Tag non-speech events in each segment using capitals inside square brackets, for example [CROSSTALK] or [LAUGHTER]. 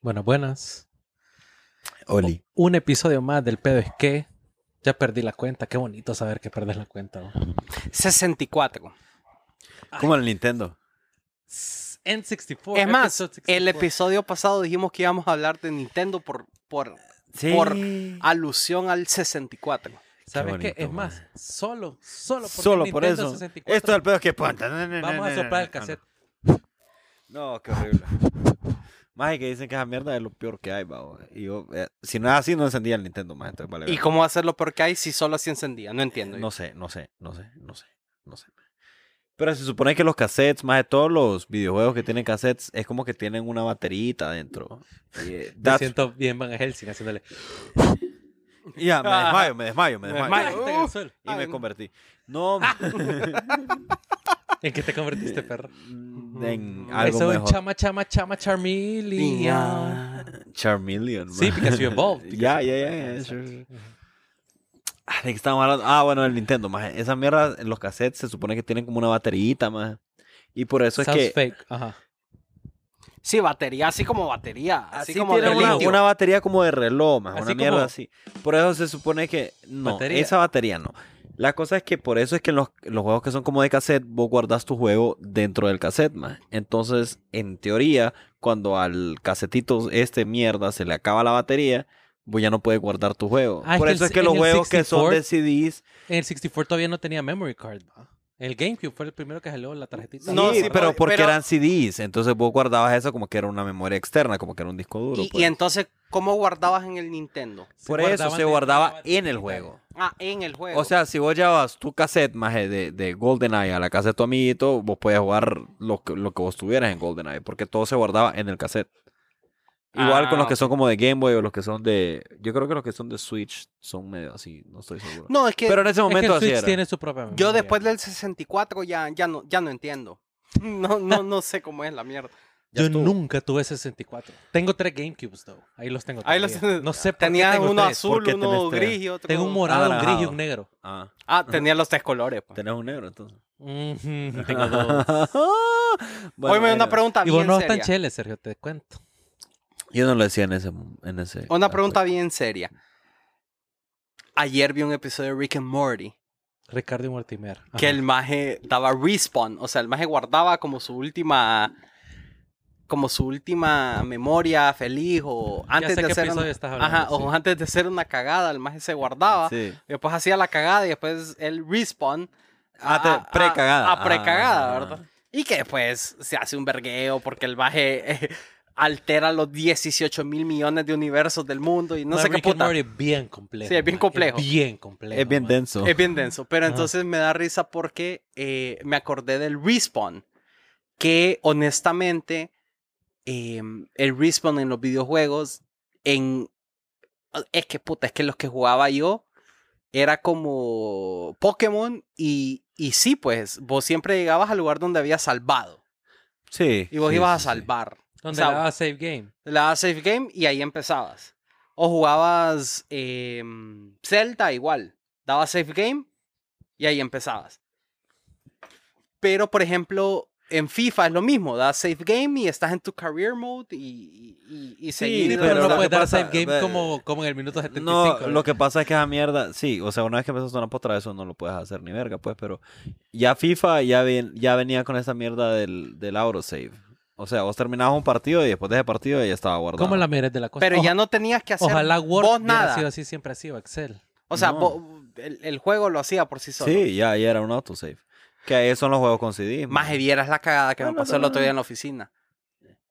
Bueno, buenas. Oli. Un episodio más del pedo es que ya perdí la cuenta. Qué bonito saber que perdés la cuenta. ¿no? 64. Como el Nintendo. N64. Es más, episode 64. el episodio pasado dijimos que íbamos a hablar de Nintendo por, por Sí. Ah, Por- alusión al 64. ¿Sabes Qué qué? bonito, Es más, man. solo, solo por Solo por eso. Esto es el pedo que ponta. Vamos a soplar el cassette. No, qué horrible. [LAUGHS] Más que dicen que esa mierda es lo peor que hay, babo. Y yo, eh, si no es así, no encendía el Nintendo, más. Entonces, vale, ¿Y verga. cómo va a ser lo peor que hay si solo así encendía? No entiendo. No sé, no sé, no sé, no sé, no sé. Pero se supone que los cassettes, más de todos los videojuegos que tienen cassettes, es como que tienen una baterita adentro. Y, eh, Me that's- siento bien Van Helsing haciéndole. Ya, me desmayo, me desmayo, me Me desmayo. desmayo. Está en el suelo. Y me Ay. convertí. No. ¿En qué te [LAUGHS] convertiste, este perro? en algo Eso es un mejor. chama, chama, chama, charmilia. Charmeleon. Sí, man. because you evolved, Ya, because- ya, ya, ya, sure, sure. [LAUGHS] Ah, ¿De qué estábamos hablando? Ah, bueno, el Nintendo, más. Esa mierda, en los cassettes se supone que tienen como una baterita, más. Y por eso es Sounds que. fake. Ajá. Sí, batería, así como batería. Así, Así como tiene de una, litio. una batería como de reloj, más. Así Una mierda como- así. Por eso se supone que. No, Batería. esa batería no. La cosa es que por eso es que en los, los juegos que son como de cassette, vos guardas tu juego dentro del cassette, más. Entonces, en teoría, cuando al casetito este mierda se le acaba la batería, vos ya no puedes guardar tu juego. Ah, es por que eso el- es que en los el juegos que 64 son de CDs En el 64 todavía no tenía memory card, ¿va? El GameCube fue el primero que salió la tarjetita. No, No, sí, sí, pero no, porque pero- eran CDs, entonces vos guardabas eso como que era una memoria externa, como que era un disco duro. y, pues. y entonces, ¿cómo guardabas en el Nintendo? Se Por guardaban eso se dentro de guardaba la en el batería. juego. Ah, en el juego. O sea, si vos llevabas tu cassette más de, de GoldenEye a la casa de tu amiguito, vos podías jugar lo que, lo que vos tuvieras en GoldenEye, porque todo se guardaba en el cassette. Igual Ah, con los que ok. son como de Game Boy o los que son de... Yo creo que los que son de Switch son medio así, no estoy seguro. No, es que pero en ese Es que el momento así Switch era. tiene su propia memoria. yo después del 64 ya, ya, no, ya no entiendo. [LAUGHS] No, no, no sé cómo es la mierda. Ya Yo estuvo. nunca tuve 64. Tengo tres GameCubes, though. Ahí los tengo. Ahí los todavía. No sé por qué Tenía tengo uno tres. azul, ¿Por qué uno tenés tres? gris y otro. Tengo un morado, un gris y Anaranjado. un [LAUGHS] negro. Ah, Ah, tenía los tres colores. pues. tenés un negro [LAUGHS] entonces. Ujú, tengo dos. [LAUGHS] Bueno, Hoy me dio una era- pregunta Y bien vos no seria. tan cheles, Sergio, te cuento. Yo no lo decía en ese... En ese Una pregunta bien seria. Ayer vi un episodio de Rick and Morty Ricardo y Mortimer. Ajá. que el maje daba respawn, o sea, el maje guardaba como su última como su última memoria feliz o Ya antes sé de qué hacer episodio una, estás hablando. ajá, sí. o antes de hacer una cagada, el maje se guardaba, Sí. y después hacía la cagada y después el respawn Ah, te- a- a- precagada. a precagada, Ah. ¿verdad? Y que después se hace un vergueo porque el maje eh, altera los 18 mil millones de universos del mundo y no Ma, sé qué Rick and puta. Morty es bien complejo. Sí, es bien ma. complejo. Es bien complejo. Es bien ma. denso. Es bien denso, pero Ajá. entonces me da risa porque eh, me acordé del respawn, que honestamente eh, el respawn en los videojuegos, en... ah, Es que puta, es que los que jugaba yo era como Pokémon y, y sí, pues vos siempre llegabas al lugar donde habías salvado Sí. y vos sí, ibas sí, a sí. salvar. Donde O la sea, daba Save Game. le dabas save game y ahí empezabas. O jugabas eh, Zelda igual. Dabas save game y ahí empezabas. Pero, por ejemplo, en FIFA es lo mismo. Das save game y estás en tu career mode y, y, y- y seguir. Sí, Sí, pero, pero no lo puedes que dar pasa- Save Game ve- como, como en el minuto 75. No, ¿verdad? lo que pasa es que esa mierda, sí, o sea, una vez que empezaste una potra, eso no lo puedes hacer ni verga, pues, pero ya FIFA ya, ven- ya venía con esa mierda del, del autosave. O sea, vos terminabas un partido y después de ese partido ya estaba guardado. ¿Cómo la mierda de la cosa? Pero Oja- ya no tenías que hacer Ojalá Word vos hubiera nada. sido así, siempre ha sido Excel. O sea, No. vos- el, el juego lo hacía por sí solo. Sí, ya, ya era un autosave. Que ahí son los juegos con CD. Más man. vieras la cagada que No, me no, pasó no, el no, otro no. día en la oficina.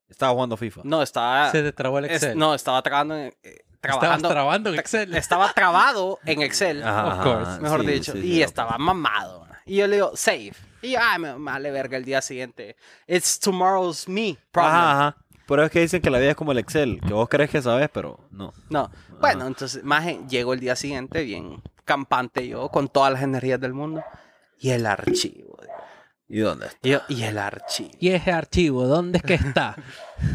Estaba jugando FIFA. No, estaba... Se te trabó el Ah, es- Excel. no, estaba trabajando... en- eh, Estabas trabajando trabando en Excel. estaba trabado en Excel, Ajá, Of ajá, course. mejor sí, dicho, sí, y sí, estaba mamado. Y yo le digo, save. Y yo, ah, me me vale verga el día siguiente. It's tomorrow's me problem. Ajá, ajá. Pero es que dicen que la vida es como el Excel, que vos crees que sabes, pero no. No. Bueno, entonces, maje, llego el día siguiente bien campante yo, con todas las energías del mundo. Y el archivo. digo. ¿Y dónde? Y, yo, y el archivo. Y ese archivo, ¿dónde es que [LAUGHS] está?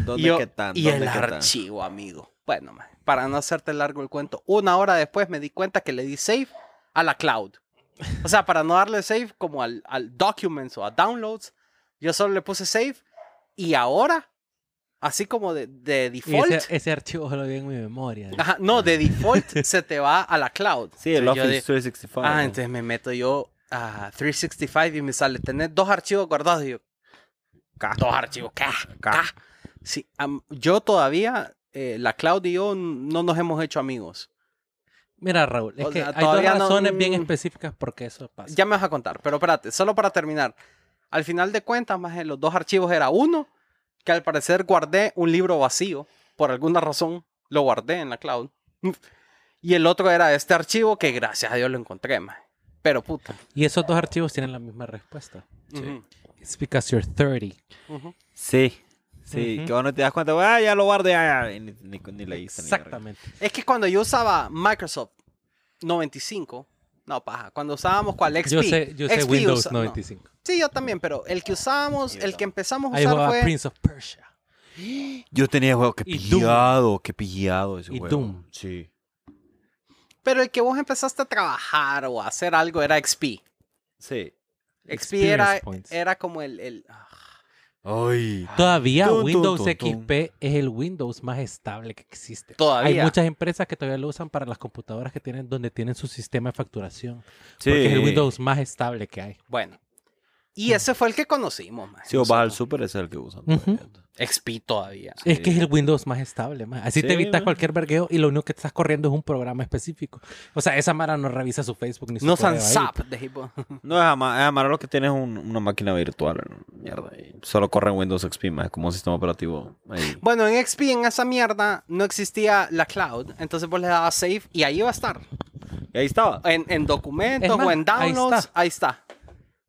¿Dónde Y, yo, qué tan? y ¿Dónde el qué tan? archivo, amigo. Bueno, maje, para no hacerte largo el cuento, una hora después me di cuenta que le di save a la cloud. O sea, para no darle save como al, al documents o a downloads, yo solo le puse save y ahora Así como de, de Y default. ese, ese archivo lo vi en mi memoria. Ajá, no, de default se te va a la cloud. Sí, el Entonces yo Office de- 365. Ah, entonces me meto yo a 365 y me sale, tenés dos archivos guardados. Y yo, Ca. dos archivos, ¿qué? Ca. Ah, Sí, am- yo todavía, eh, la Cloud y yo n- no nos hemos hecho amigos. Mira, Raúl, es O que sea, hay dos todavía no- razones bien específicas por qué eso pasa. Ya me vas a contar, pero espérate, solo para terminar. Al final de cuentas, más los dos archivos era uno, que al parecer guardé un libro vacío, por alguna razón lo guardé en la Cloud. [LAUGHS] Y el otro era este archivo que gracias a Dios lo encontré, más. Pero puta. Y esos dos archivos tienen la misma respuesta. Ujú, It's because you're 30. ujú. Sí. Sí, Ujú. que vos no te das cuenta, ah, ya lo guardé, ah, y ni, ni, ni le hice ni verga. Exactamente. Es que cuando yo usaba Microsoft 95, no paja, cuando usábamos cuál XP. Yo sé, yo sé XP Windows usa- no. 95. Sí, yo también, pero el que usábamos, el que empezamos a Ahí jugaba usar fue Prince of Persia. Yo tenía juego que Y Doom. pillado, que pillado ese Y juego. Doom. Sí. pero el que vos empezaste a trabajar o a hacer algo era XP. Sí. XP Experience era, points. era como el, el- ah, Ay. Todavía Tum, tum, Windows tum, tum. XP es el Windows más estable que existe. Todavía. Hay muchas empresas que todavía lo usan para las computadoras que tienen donde tienen su sistema de facturación. Sí. Porque es el Windows más estable que hay. bueno. Hmm. Y ese fue el que conocimos, más. Si vos vas al super, ese es el que usan. Ujú. todavía. XP todavía. Es que es el Windows más estable, más. Así Sí, te evitas man. cualquier vergueo y lo único que estás corriendo es un programa específico. O sea, esa Mara no revisa su Facebook ni su No correo usan ahí. SAP de tipo. No, es ama- es amarrar lo que tienes un- una máquina virtual. Mierda. y solo corre Windows XP más como sistema operativo. ahí. Bueno, en XP, en esa mierda, no existía la cloud. Entonces vos le dabas save y ahí iba a estar. Y ahí estaba. en, en documentos Es más, o en ahí downloads, está. ahí está.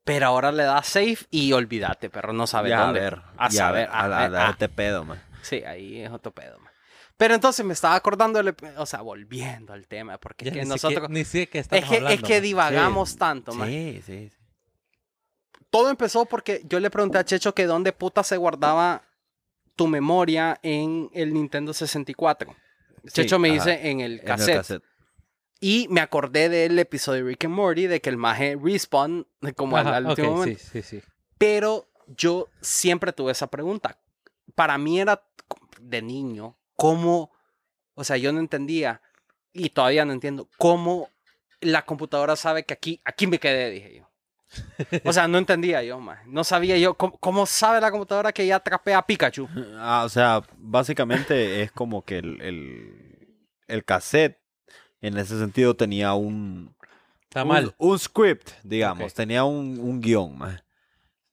Pero ahora le das save y olvídate, perro, no sabes Ya, dónde. A ver. a ya, saber, A, a, la- a ver, ah, darte pedo, man. Sí, ahí es otro pedo. man. Pero entonces me estaba acordando, del ep- o sea, volviendo al tema, porque Ya es que ni nosotros... siquiera- ni sé qué es, estamos que, es hablando, que man. divagamos tanto, man. Sí, sí. sí. Todo empezó porque yo le pregunté a Checho que dónde puta se guardaba tu memoria en el Nintendo 64. Checho me ajá. dice en el En el cassette. cassette. Y me acordé del episodio de Rick and Morty, de que el maje respawn, como al- Ajá, al último ok, momento. Sí, sí, sí. Pero yo siempre tuve esa pregunta. Para mí era de niño, cómo, o sea, yo no entendía y todavía no entiendo cómo la computadora sabe que aquí, aquí me quedé, dije yo. O sea, no entendía yo, más. No sabía yo cómo, cómo sabe la computadora que ya atrapé a Pikachu. Ah, o sea, básicamente es como que el, el, el cassette en ese sentido tenía un, Está un- mal. un, script, digamos, Ok. tenía un, un guión más.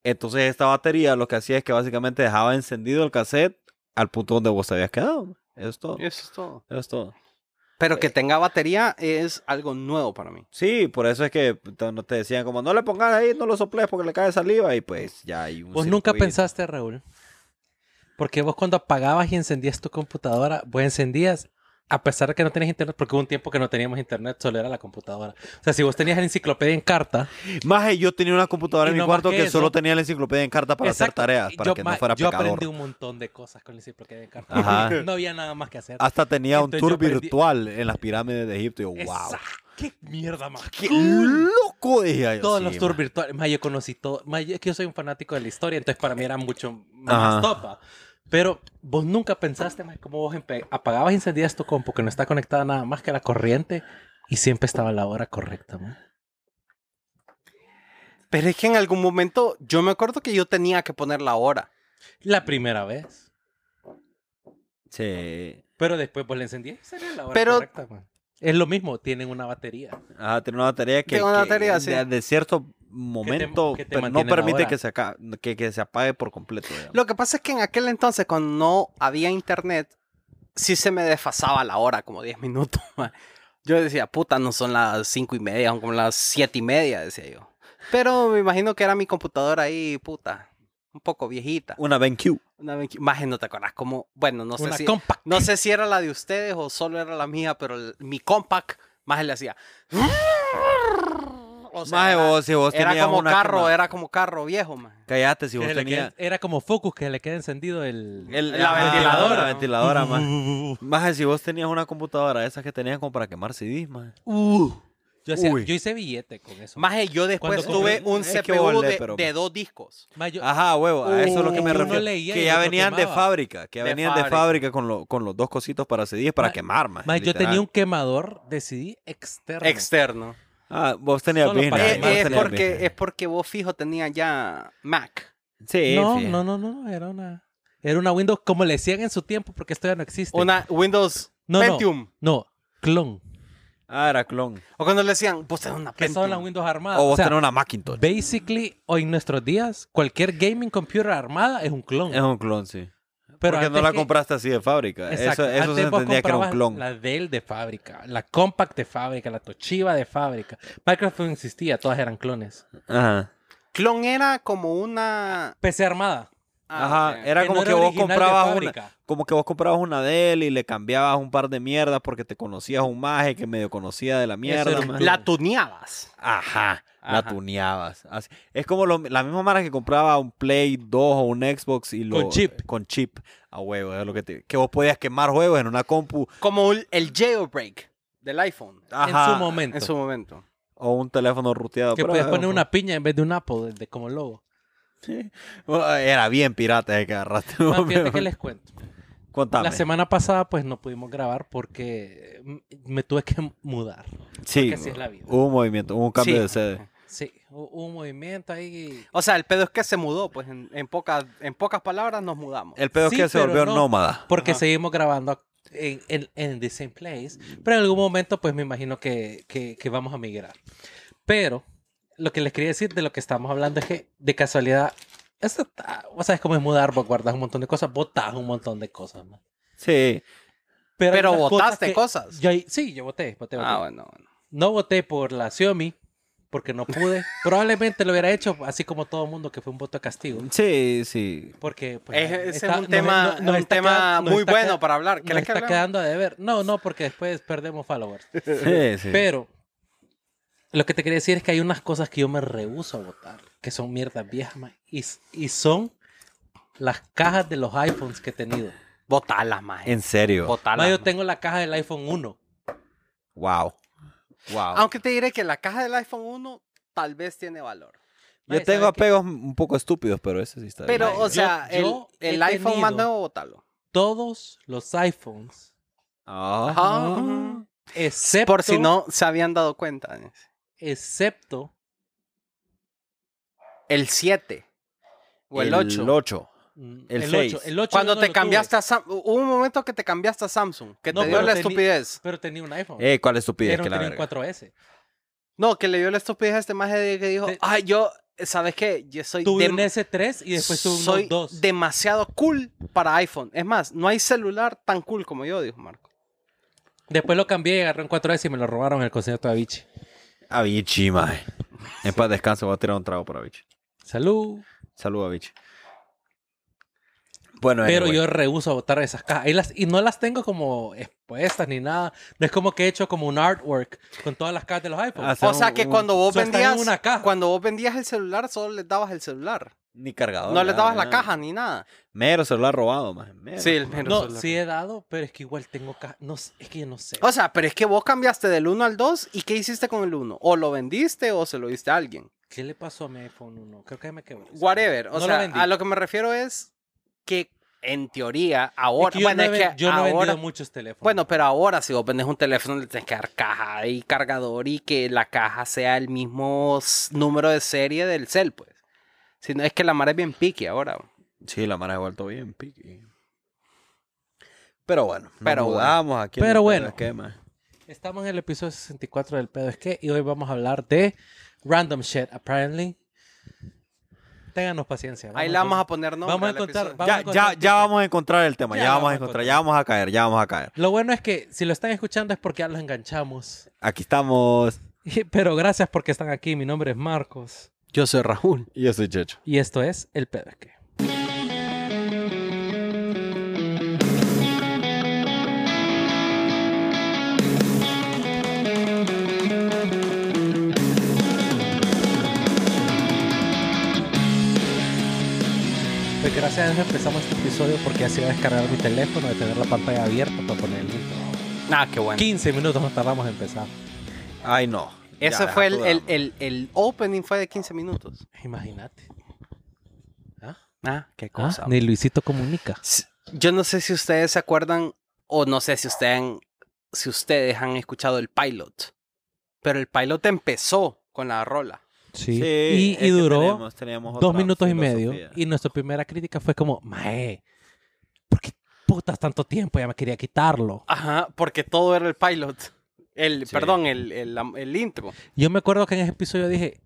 Entonces esta batería lo que hacía es que básicamente dejaba encendido el cassette al punto donde vos te habías quedado. ma. Eso es todo. Eso es todo. Eso es todo. Pero que tenga batería es algo nuevo para mí. Sí, por eso es que puta, no te decían como no le pongas ahí, no lo soples porque le cae saliva y pues ya hay un Vos nunca circuito. pensaste, Raúl. Porque vos cuando apagabas y encendías tu computadora, vos encendías, a pesar de que no tenías internet, porque hubo un tiempo que no teníamos internet, solo era la computadora. O sea, si vos tenías la enciclopedia en carta, Maje, yo tenía una Y computadora en mi no más cuarto que que, eso. solo tenía la enciclopedia en carta para hacer Exacto. tareas, para yo, que ma- no fuera yo pecador. aprendí un montón de cosas con la enciclopedia en carta. Ajá. [LAUGHS] Ah, No había nada más que hacer. Hasta tenía un Entonces tour yo aprendí- virtual en las pirámides de Egipto. Y yo, wow. Esa- ¡Qué mierda más! ¡Qué cool! loco! Dije yo. Todos Sí, los ma. tours virtuales. Ma, yo conocí todo. Ma, yo- es que yo soy un fanático de la historia, entonces para mí era mucho Ajá. más topa. Pero vos nunca pensaste, ma, cómo vos empe- apagabas y encendías tu compu que no está conectada nada más que a la corriente y siempre estaba la hora correcta, ma. Pero es que en algún momento yo me acuerdo que yo tenía que poner la hora. La primera vez. Sí. Pero después vos la encendías y salía la hora Pero- correcta, ma. Es lo mismo, tienen una batería. Ajá, tiene Ah, una batería que, Tiene una que batería, sí. de, de cierto momento que te pero no mantiene la permite hora. que se, aca- que, que se apague por completo. digamos. Lo que pasa es que en aquel entonces, cuando no había internet, sí se me desfasaba la hora, como 10 minutos. [LAUGHS] ma. Yo decía, puta, no son las 5 y media, son como las 7 y media, decía yo. Pero me imagino que era mi computadora ahí, puta, un poco viejita. Una BenQ. Una vez que- más no te acordás como, bueno, no sé, una si, compact. no sé si era la de ustedes o solo era la mía, pero el- mi compact más le hacía. O sea, Maje, era, vos, si vos era tenías como una carro, cama- era como carro viejo, man. Cállate, Que si vos se le queda- tenías... Era como Focus que le queda encendido el... Uh, el- la ajá, ventiladora, La ¿no? ventiladora, [LAUGHS] más. Maje, si vos tenías una computadora, esas que tenías como para quemar CDs, maje. Uh, Yo, hacía- Uy. yo hice billete con eso. Maje, yo después Cuando compré- tuve un Es que CPU volé, de, pero- de dos discos. Ma, yo- Ajá, huevo, a eso es lo que me Uy. refiero. Uno leía y que el ya otro venían de quemaba. fábrica, que ya De venían fábrica. de fábrica con, lo- con los dos cositos para CDs para Ma- quemar, más. ma, yo tenía un quemador de CD externo. Externo. Ah, vos tenías Solo bien. para ahí, quemar. vos Eh, es, tenías porque, bien. es porque vos fijo tenía ya Mac. Sí, no, sí. no, no, no, no, era una... Era una Windows como le decían en su tiempo, porque esto ya no existe. Una Windows No, no. Pentium. No, clon. Ah, era clon. O cuando le decían, vos tenés una Que son Pentium. las Windows armadas. O vos Ah, O sea, tenés una Macintosh. basically, hoy en nuestros días, cualquier gaming computer armada es un clon. Es un clon, sí. Pero porque no antes la que- compraste así de fábrica. Exacto, Eso, eso antes se vos entendía que era un comprabas clon. La Dell de fábrica, la Compact de fábrica, la Toshiba de fábrica. Microsoft no existía, todas eran clones. Ajá. Clon era como una... PC armada. Ah, Ajá, ok. era que como no que vos original de comprabas una, fábrica. como que vos comprabas una de él y le cambiabas un par de mierdas porque te conocías un maje que medio conocía de la mierda. era un maje. club. La tuneabas. Ajá, la Ajá. tuneabas. Así- Es como lo- la misma marca que compraba un Play 2 o un Xbox y lo Con chip. Con chip. A huevo, es lo que te- que vos podías quemar juegos en una compu. Como el- el jailbreak del iPhone. Ajá. En su momento. En su momento. O un teléfono ruteado. que pero podías era poner un- una piña en vez de un Apple de- de- como logo. Era bien pirata de que agarraste. Ma, fíjate que les cuento. Contame. La semana pasada pues no pudimos grabar porque mm, me tuve que mudar. sí, que así es la vida. hubo un movimiento, hubo un cambio Sí. de sede. Sí, hu- hubo un movimiento ahí. O sea, el pedo es que se mudó, pues en, en, pocas, en pocas palabras nos mudamos. El pedo Sí, es que se pero volvió no. nómada. Porque Ajá. seguimos grabando en, en, en the same place. Pero en algún momento, pues me imagino que, que- que vamos a migrar. Pero lo que les quería decir de lo que estamos hablando es que, de casualidad, esto está- vos sabes cómo es mudar, vos guardas un montón de cosas, botas un montón de cosas. man. Sí. hay Pero unas cosas botaste que- cosas. yo ahí- sí, yo voté, voté, Ah, bueno, bueno. No voté por la Xiaomi porque no pude. [LAUGHS] Probablemente lo hubiera hecho, así como todo el mundo, que fue un voto de castigo. Sí, sí. Porque pues, Es- ese está- es un nos- tema, nos- nos un está tema queda- nos muy está bueno queda- para hablar. nos ¿Querés está que hablemos? quedando a deber. No, no, porque después perdemos followers. [LAUGHS] Sí, sí. Pero lo que te quería decir es que hay unas cosas que yo me rehuso a votar, que son mierdas viejas, ma, y, y son las cajas de los iPhones que he tenido. Botalas, maje. En serio. Ma, Botalas. yo maje. tengo la caja del iPhone 1. Wow. Wow. Aunque te diré que la caja del iPhone 1 tal vez tiene valor. Ma, Yo tengo ¿sabes qué? apegos un poco estúpidos, pero ese sí está bien. Pero, Yo- o sea, el- yo he el, iPhone más tenido- nuevo, bótalo. Todos los iPhones, Ajá. excepto, Por si no se habían dado cuenta. excepto El 7 o el 8. El 8. mm, El el seis. 8. El 8 Cuando yo no te lo tuve, cambiaste a Samsung. Hubo un momento que te cambiaste a Samsung, que No, te dio pero la teni- estupidez. Pero tenía un iPhone. Eh, ¿cuál estupidez? Era un- Que la tenía un verga. 4S. No, que le dio la estupidez a este maje de que dijo, Te- ay, yo, ¿sabes qué? Yo soy, Tuve dem- un S3 y después tuve un soy Note 2. demasiado cool para iPhone. Es más, no hay celular tan cool como yo, dijo Marco. Después lo cambié y agarré un 4S y me lo robaron en el concierto de Avicii. Ah, Avicii, maje. eh. En paz descanso, voy a tirar un trago para Avicii. Salud. Saludos, Avicii. Bueno, Pero anyway. yo rehuso botar esas cajas. Y, las, y no las tengo como expuestas ni nada. No es como que he hecho como un artwork con todas las cajas de los iPhones. Ah, sí. O Son sea que un- cuando vos solo están en vendías una caja. cuando vos vendías el celular, solo les dabas el celular. Ni cargador. No nada, les dabas la nada. caja ni nada. Mero celular robado, maje. Mero. Sí, el mero no, celular. sí eh. he dado, pero es que igual tengo cajas. No, sé, es que yo no sé. O sea, pero es que vos cambiaste del 1 al 2 y ¿qué hiciste con el 1? O lo vendiste o se lo diste a alguien. ¿Qué le pasó a mi iPhone 1? Creo que me quebró. Whatever. O No lo sea, vendí. a lo que me refiero es que en teoría ahora... Es que yo no, bueno, es he, que ven- yo no he ahora- vendido muchos teléfonos. Bueno, pero ahora si vos vendes un teléfono le tenés que dar caja y cargador y que la caja sea el mismo s- número de serie del cel, pues. Si no, es que la mar es bien piqui ahora. Sí, la mara ha vuelto bien, piqui. Pero bueno, Pero pero bueno. mudamos aquí. en Pero el bueno. esquema. Estamos en el episodio 64 del pedo es que y hoy vamos a hablar de random shit, apparently. Ténganos paciencia. Ahí la vamos a poner nombre vamos a al encontrar- episodio. Vamos a Ya, ya, encontrar- ya vamos a encontrar el tema. Ya Ya, lo vamos a encontrar, ya vamos a caer, ya vamos a caer. Lo bueno es que si lo están escuchando es porque ya los enganchamos. [LAUGHS] Aquí estamos. Pero gracias porque están aquí. Mi nombre es Marcos. Yo soy Raúl. Yo soy Checho. Y esto es El Pedo es que. Pues gracias a Dios empezamos este episodio porque así iba a descargar mi teléfono de tener la pantalla abierta para poner el intro. Ah, qué bueno. 15 minutos nos tardamos en empezar. Ay, no. Ese deja fue el, tu el, drama. el, el opening fue de 15 minutos. Imagínate. ¿Ah? Ah, qué Ah, cosa. Ni Luisito comunica. S- Yo no sé si ustedes se acuerdan o no sé si ustedes han, si ustedes han escuchado el pilot, pero el pilot empezó con la rola. Sí. es y y que duró teníamos- teníamos dos otra minutos y medio. filosofía. Y nuestra primera crítica fue como, mae, ¿por qué putas tanto tiempo? Ya me quería quitarlo. Ajá, porque todo era el pilot. El, Sí. perdón, el, el, el intro. Yo me acuerdo que en ese episodio dije,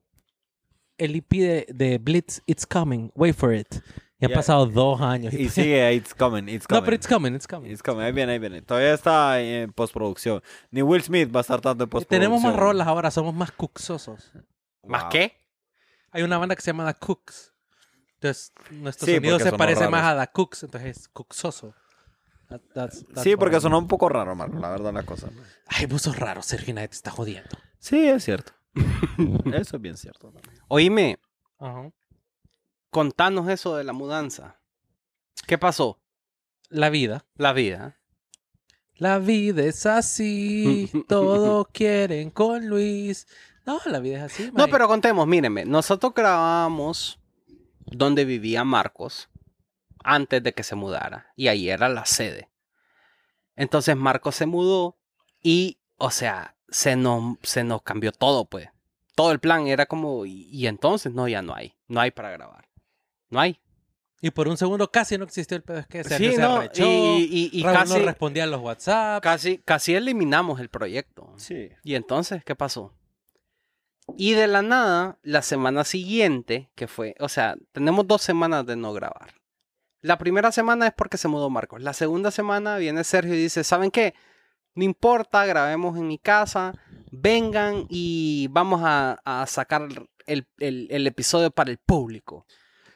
el EP de, de Blitz, It's Coming, wait for it. Y han Ya. pasado dos años. [LAUGHS] Y sigue, it's coming, it's coming. No, pero It's Coming, It's Coming. It's coming, ahí viene, ahí viene. Todavía está en postproducción. Ni Will Smith va a estar tanto en Y postproducción. Tenemos más rolas ahora, somos más cuxosos. ¿Más Wow. qué? Hay una banda que se llama The Cooks. Entonces, nuestro Sí, sonido porque se sonó parece raro. más a The Cooks, entonces es cuxoso. That- that's- that's Sí, what porque I sonó mean. un poco raro, Marco, la verdad, la cosa. Ay, vos sos raro, Sergio, nadie te está jodiendo. Sí, es [LAUGHS] cierto. Eso es bien cierto. Oíme, contanos eso de la mudanza. ¿Qué pasó? La vida. La vida. La vida es [LAUGHS] así, todo quieren con Luis. No, la vida es así. No, mae. pero contemos, mírenme. Nosotros grabábamos donde vivía Marcos antes de que se mudara. Y ahí era la sede. Entonces Marcos se mudó y, o sea, se nos, se nos cambió todo, pues. Todo el plan era como, y, y entonces no, ya no hay. No hay para grabar. No hay. Y por un segundo casi no existió el pedo. Es que Sergio Sí, se no, arrechó, y- y- y Raúl casi- no respondía a los WhatsApp. Casi, casi eliminamos el proyecto. Sí. ¿Y entonces qué pasó? Y de la nada, la semana siguiente, que fue, o sea, tenemos dos semanas de no grabar. La primera semana es porque se mudó Marcos. La segunda semana viene Sergio y dice, ¿saben qué? No importa, grabemos en mi casa, vengan y vamos a, a sacar el, el- el episodio para el público.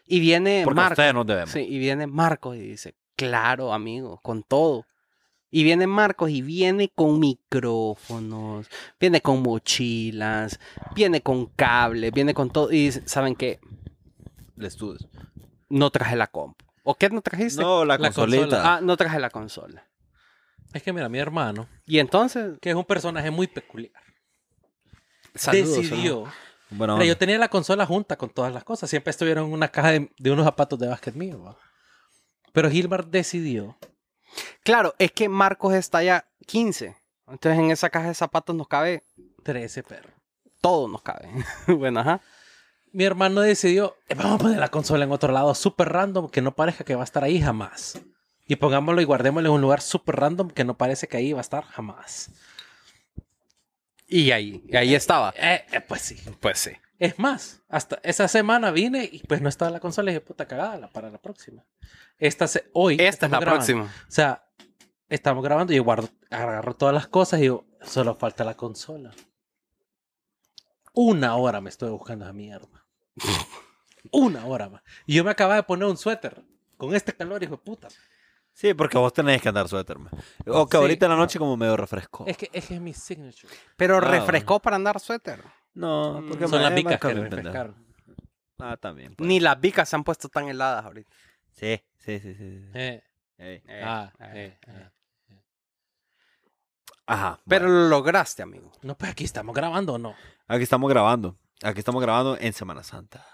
Y viene Porque Marcos. ustedes nos debemos. Sí, y viene Marcos y dice, claro, amigo, con todo. Y viene Marcos y viene con micrófonos, viene con mochilas, viene con cables, viene con todo. Y dice, ¿saben qué? El estudio. No traje la compu. ¿O qué no trajiste? No, la, La consolita. consola. Ah, no traje la consola. Es que mira, mi hermano, Y entonces, que es un personaje muy peculiar, saludos, ¿no? decidió. Bueno, Mira, yo tenía la consola junta con todas las cosas. Siempre estuvieron en una caja de, de unos zapatos de básquet mío. ¿va? Pero Gilbert decidió. Claro, es que Marcos está ya 15. Entonces en esa caja de zapatos nos cabe, 13 perro. todo nos cabe. [LAUGHS] bueno, ajá. Mi hermano decidió, "Eh, vamos a poner la consola en otro lado, súper random, que no parezca que va a estar ahí jamás. Y pongámoslo y guardémoslo en un lugar súper random que no parece que ahí va a estar jamás. Y ahí, y ahí estaba. Eh, eh, pues sí. Pues sí. Es más, hasta esa semana vine y pues no estaba la consola y dije, puta cagada, la- para la próxima. Esta se- hoy. Esta es la estamos grabando. próxima. O sea, estamos grabando y yo guardo, agarro todas las cosas y digo, solo falta la consola. Una hora me estoy buscando esa [LAUGHS] mierda. Una hora más. Y yo me acababa de poner un suéter. Con este calor, hijo de puta. Sí, porque vos tenés que andar suéter, man. O que Sí. ahorita en la noche como medio refresco. Es que, es que es mi signature. Pero Ah, Pues. refrescó para andar suéter. No, porque Mm, Son me- las me micas que acabo de me entender. refrescaron. Ah, también. pues. Ni las vicas se han puesto tan heladas ahorita. Sí, sí, sí, sí. sí. Eh, Ey. ah, eh, eh, eh. Ajá. Pero bueno. lo lograste, amigo. No, pues aquí estamos grabando o no. aquí estamos grabando. Aquí estamos grabando en Semana Santa.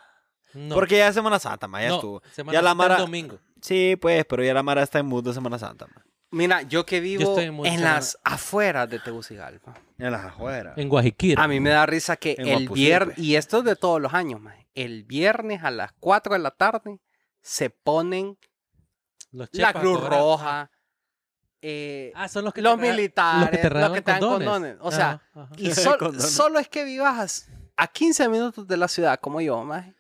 No. Porque ya es Semana Santa, ma, ya no, estuvo. Semana Ya la Santa el Mara- domingo. Sí, pues, pero ya la Mara está en mood de Semana Santa, ma. Mira, yo que vivo estoy en en, mucha- las afueras de Tegucigalpa. En las afueras. En Guajiquira. A mí me da risa que En el Guapusí, viernes, pues. y esto es de todos los años, mae, el viernes a las 4 de la tarde se ponen Los la chepas Cruz cobrando. Roja, eh, Ah, son los que te los regalan- militares, los que te regalan Ah. dan condones. O sea, Ajá, ajá. [LAUGHS] Y sol- Condones. solo es que vivas a 15 minutos de la ciudad, como yo, maje,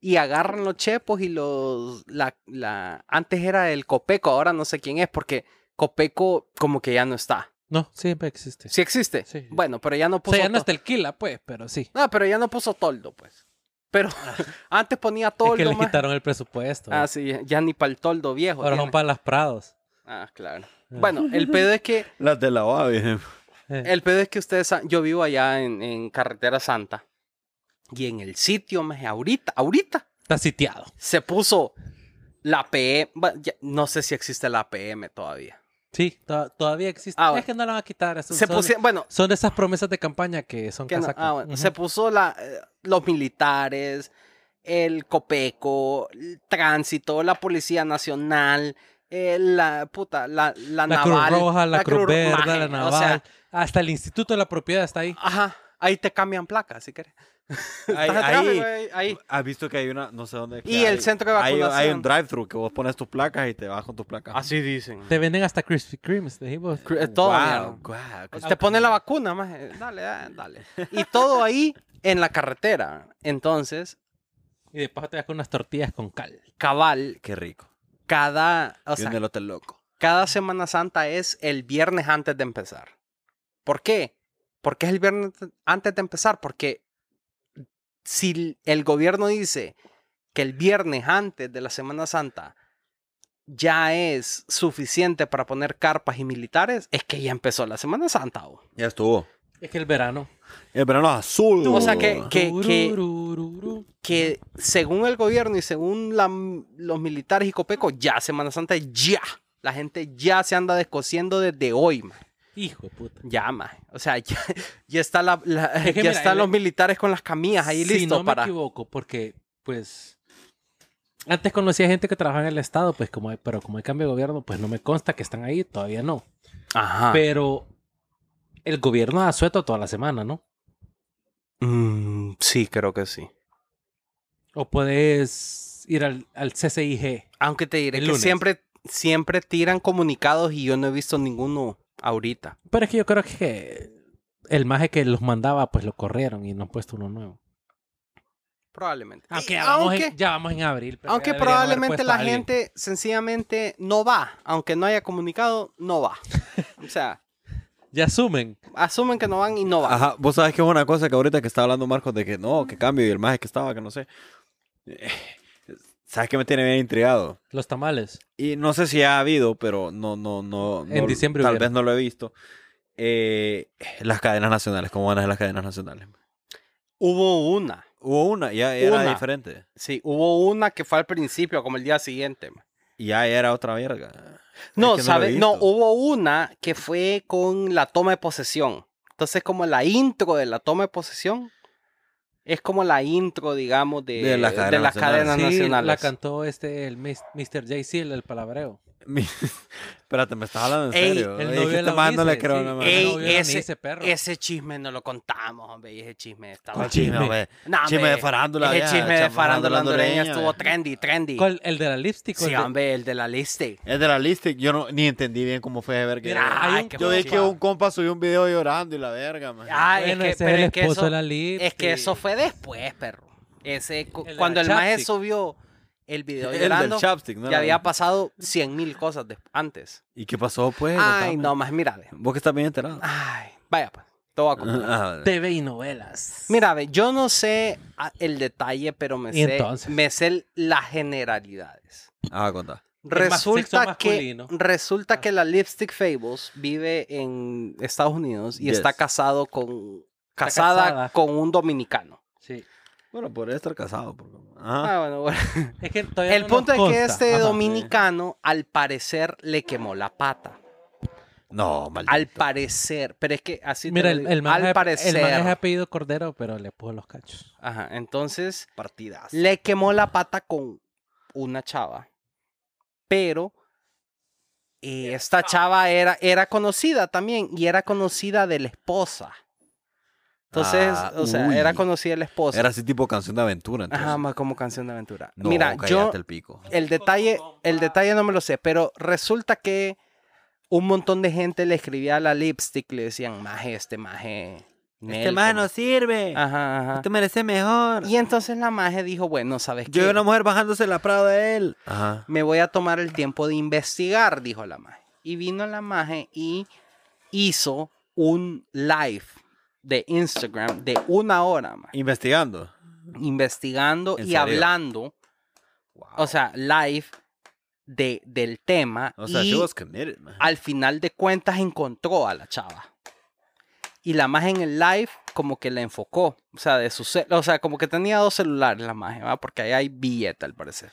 y agarran los chepos y los... La, la, antes era el Copeco, ahora no sé quién es, porque Copeco como que ya no está. No, siempre existe. ¿Sí existe? Sí, sí. Bueno, pero ya no o puso... sea, ya no to- está el Kila, pues, pero sí. No, pero ya no puso toldo, pues. Pero [LAUGHS] antes ponía Es toldo, que le maje. quitaron el presupuesto. Ah, sí, ya ni para el toldo viejo. Ahora tiene. son para las Prados. Ah, claro. Bueno, el pedo es [LAUGHS] que... Las de la OA, bien. Eh, El pedo es que ustedes, sa- yo vivo allá en, en Carretera Santa. Y en el sitio, maje, ahorita, ahorita, Está sitiado. se puso la PM. va, ya- No sé si existe la PM todavía. Sí, to- todavía existe. Ah, bueno. Es que no la van a quitar. Son, Se son- pusie- bueno, son de esas promesas de campaña que son que no- casacas. ah, bueno, Ujú. se puso la, eh, los militares, el copeco, el tránsito, la policía nacional, eh, la puta, la, la la, naval. Cruz Roja, la, Cruz Verde, Maje, la Naval. O sea, hasta el Instituto de la Propiedad está ahí. ajá, ahí te cambian placa, si quieres. Ahí- Estás atrás, ahí- güey, ahí, ahí. Has visto que hay una, no sé dónde. Y que el hay- centro de hay- Hay, vacunación. un drive-thru que vos pones tus placas y te vas con tus placas. Así dicen. Te venden hasta Krispy Kreme, dijimos. Cr- eh, todo, mierda. Pues guau. Te pone la vacuna, maje. Dale, dale, dale. Y todo ahí en la carretera. Entonces, Y de paso te das con unas tortillas con cal. cabal, Qué rico. cada, o Y sea, un elote loco. cada Semana Santa es el viernes antes de empezar. ¿Por qué? ¿Por qué es el viernes antes de empezar? Porque si el gobierno dice que el viernes antes de la Semana Santa ya es suficiente para poner carpas y militares, es que ya empezó la Semana Santa. bo. Ya estuvo. Es que el verano. El verano es azul. O sea que- Tururururu. que según el gobierno y según la- los militares y Copeco, ya Semana Santa, ya. La gente ya se anda descosiendo desde hoy, ma. Hijo de puta. Ya, ma. O sea, ya, [LAUGHS] ya, está la, la- Es que ya mira, están el- los militares con las camillas ahí si listos no me para... equivoco, porque pues antes conocía gente que trabajaba en el Estado, pues como hay- pero como hay cambio de gobierno, pues no me consta que están ahí, todavía no. Ajá. Pero el gobierno da suelto toda la semana, ¿no? Mm, sí, creo que sí. O puedes ir al, al CCIG. Aunque te diré El que lunes. siempre, siempre tiran comunicados y yo no he visto ninguno ahorita. Pero es que yo creo que el maje que los mandaba, pues lo corrieron y no han puesto uno nuevo. Probablemente. Aunque, Y- ya vamos en- aunque- ya vamos en abril. pero ya Aunque deberían haber probablemente puesto la a alguien. gente sencillamente no va, aunque no haya comunicado, no [LAUGHS] va. O sea, Ya asumen. asumen que no van y no van. Ajá, vos sabes que es una cosa que ahorita que está hablando Marcos de que no, que cambio y el maje que estaba, que no sé. Eh, ¿Sabes que me tiene bien intrigado? Los tamales. Y no sé si ha habido, pero no, no, no. En no- diciembre Tal hubiera. vez no lo he visto. Eh, las cadenas nacionales, ¿cómo van a ser las cadenas nacionales? Hubo una, Hubo una, ya era Una. diferente. sí, hubo una que fue al principio, como el día siguiente. ma. Ya era otra verga. que no No, lo he ¿sabes? No, visto. hubo una que fue con la toma de posesión. Entonces, como la intro de la toma de posesión, es como la intro, digamos, de, De las cadenas nacionales. cadenas Sí, nacionales. la cantó este, el mis- Mr. J. Seal, el palabreo. [LAUGHS] Mi- Espérate, me estás hablando en Ey, serio. El Es novio que de este la man no le Ulises, creo sí. nada más. El Ey, novio de la ese- Ulises, perro. Ese chisme no lo contamos, hombre, y ese chisme estaba... ¿Cuál chisme, chisme? hombre? No, Chisme hombre, de farándula. Ese ya, chisme de chamo, farándula hondureña estuvo hombre. trendy, trendy. ¿Cuál? ¿El de la lipstick? o el Sí, de- hombre, el de la lista. Ah, Es de la lista, yo no, ni entendí bien cómo fue de verga. Mira, Yo- hay un- qué yo vi joda. que un compa subió un video llorando y la verga, man. Ah, Bueno, es que, ese pero es el es que esposo de eso- la lip. Es que sí. eso fue después, perro. Ese, cu- El de la cuando el maje chapstick. subió el video el llorando, del chapstick, ¿no? ya había pasado cien mil cosas des- antes. ¿Y qué pasó, pues? Ay, Contame. no, más mira, ve. Vos que estás bien enterado. [LAUGHS] Ay, vaya pues, te voy a contar. Ah, TV y novelas. Mira, ve, yo no sé ah, el detalle, pero me ¿Y sé, entonces? me sé l- las generalidades. ah, contá. El ma- sexo Resulta que, masculino. Ah. resulta que la Lipstick Fables vive en Estados Unidos y Yes. está casado con casada, casada. con un dominicano. Sí. Bueno, podría estar casado. Porque... Ajá. Ah, bueno, bueno. Es que todavía El no punto es nos que consta. este Ajá. dominicano al parecer le quemó la pata. Ah, No, maldito. Al parecer, pero es que así te Mira, lo el, digo, el man al es- parecer. el man es apellido Cordero, pero le puso los cachos. Ajá, entonces Partidas. le quemó la pata con una chava. Pero eh, esta chava era, era conocida también y era conocida de la esposa. Entonces, Ah, o sea, uy. era conocida de la esposa. Era así tipo canción de aventura, entonces. Ajá, más como canción de aventura. No, Mira, cállate yo el pico. Este el detalle, el detalle no me lo sé, pero resulta que un montón de gente le escribía a la lipstick, le decían, maje, este maje. Nel, como-". sirve. Ajá, ajá. mereces mejor. Y entonces la maje dijo, bueno, ¿sabes qué? veo mujer bajándose la prada de él. Ajá. Me voy a tomar el tiempo de investigar, dijo la maje. Y vino la maje y hizo un live de Instagram de una hora, maje, Investigando. investigando y ¿En serio? hablando, o sea, live de, del tema. O sea, y she was committed, man. al final de cuentas encontró a la chava. Y la magia en el live como que la enfocó. O sea, de su cel- o sea, como que tenía dos celulares la magia, ¿va? porque ahí hay billete al parecer.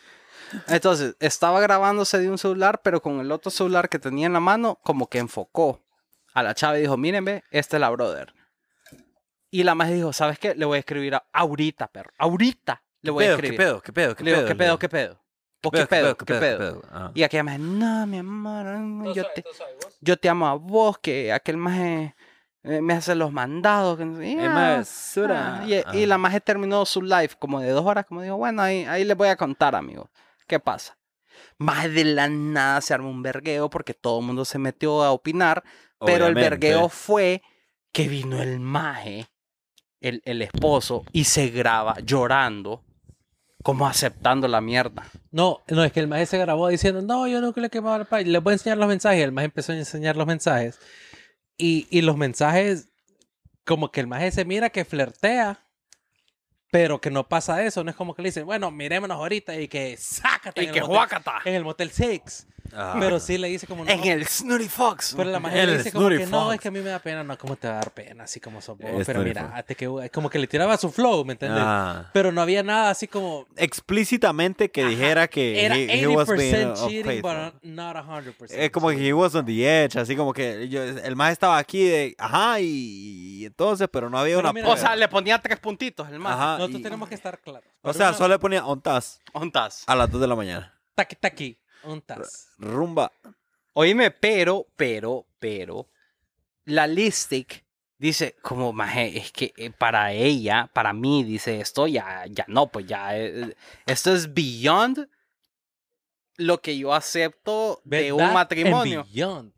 Entonces, estaba grabándose de un celular, pero con el otro celular que tenía en la mano, como que enfocó a la chava y dijo, mírenme, esta es la brother. Y la más dijo, ¿sabes qué? Le voy a escribir a- ahorita, perro. Ahorita le voy a pedo, escribir. ¿Qué pedo? ¿Qué pedo? ¿Qué Le digo, pedo? ¿qué Le pedo? digo. ¿Qué pedo? ¿Vos ¿Qué pedo? ¿Qué pedo? Ajá. Y aquella más, no, mi amor, mm, yo te, yo te amo a vos, que aquel más me hace los mandados. que no sé- Es Ah, más, sura. Ah, y, y Ajá. la maje terminó su live como de dos horas, como dijo, bueno, ahí, ahí les voy a contar, amigo, qué pasa. Más de la nada se armó un vergueo porque todo el mundo se metió a opinar, pero el Obviamente. vergueo fue que vino el maje, el, el esposo, y se graba llorando, como aceptando la mierda. No, no, es que el maje se grabó diciendo, no, yo nunca le he quemado al país, les voy a enseñar los mensajes. El maje empezó a enseñar los mensajes. Y, y los mensajes, como que el maje se mira que flertea, pero que no pasa eso. No es como que le dicen, bueno, mirémonos ahorita y que sácate en, el motel, guácata. en el Motel Six. Ah. Pero sí le dice como, no, En el Snooty Fox. pero la maje le el dice como que Snooty no, Fox. es que a mí me da pena. No, ¿cómo te va a dar pena? Así como sos vos. El Pero Snooty mira, que, como que le tiraba su flow, ¿me entiendes? Ah. Pero no había nada así como... Explícitamente que dijera que Era he, he was being uh, 80% cheating, unfaithful. but not 100%. Es eh, como que he was on the edge, así como que yo- el más estaba aquí de, ajá, y, y entonces, pero no había Pero una mira, O prueba. sea, le ponía tres puntitos el maje. Ajá, Nosotros y- tenemos que estar claros. o Para sea una- solo le ponía on task Ontas. a las 2 de la mañana. Taqui, taqui. Untas. Rumba. Oíme, pero, pero, pero, la Listic dice, como, maje, es que eh, para ella, para mí, dice esto, ya, ya no, pues ya, eh, esto es beyond lo que yo acepto de Verdad un and matrimonio. beyond.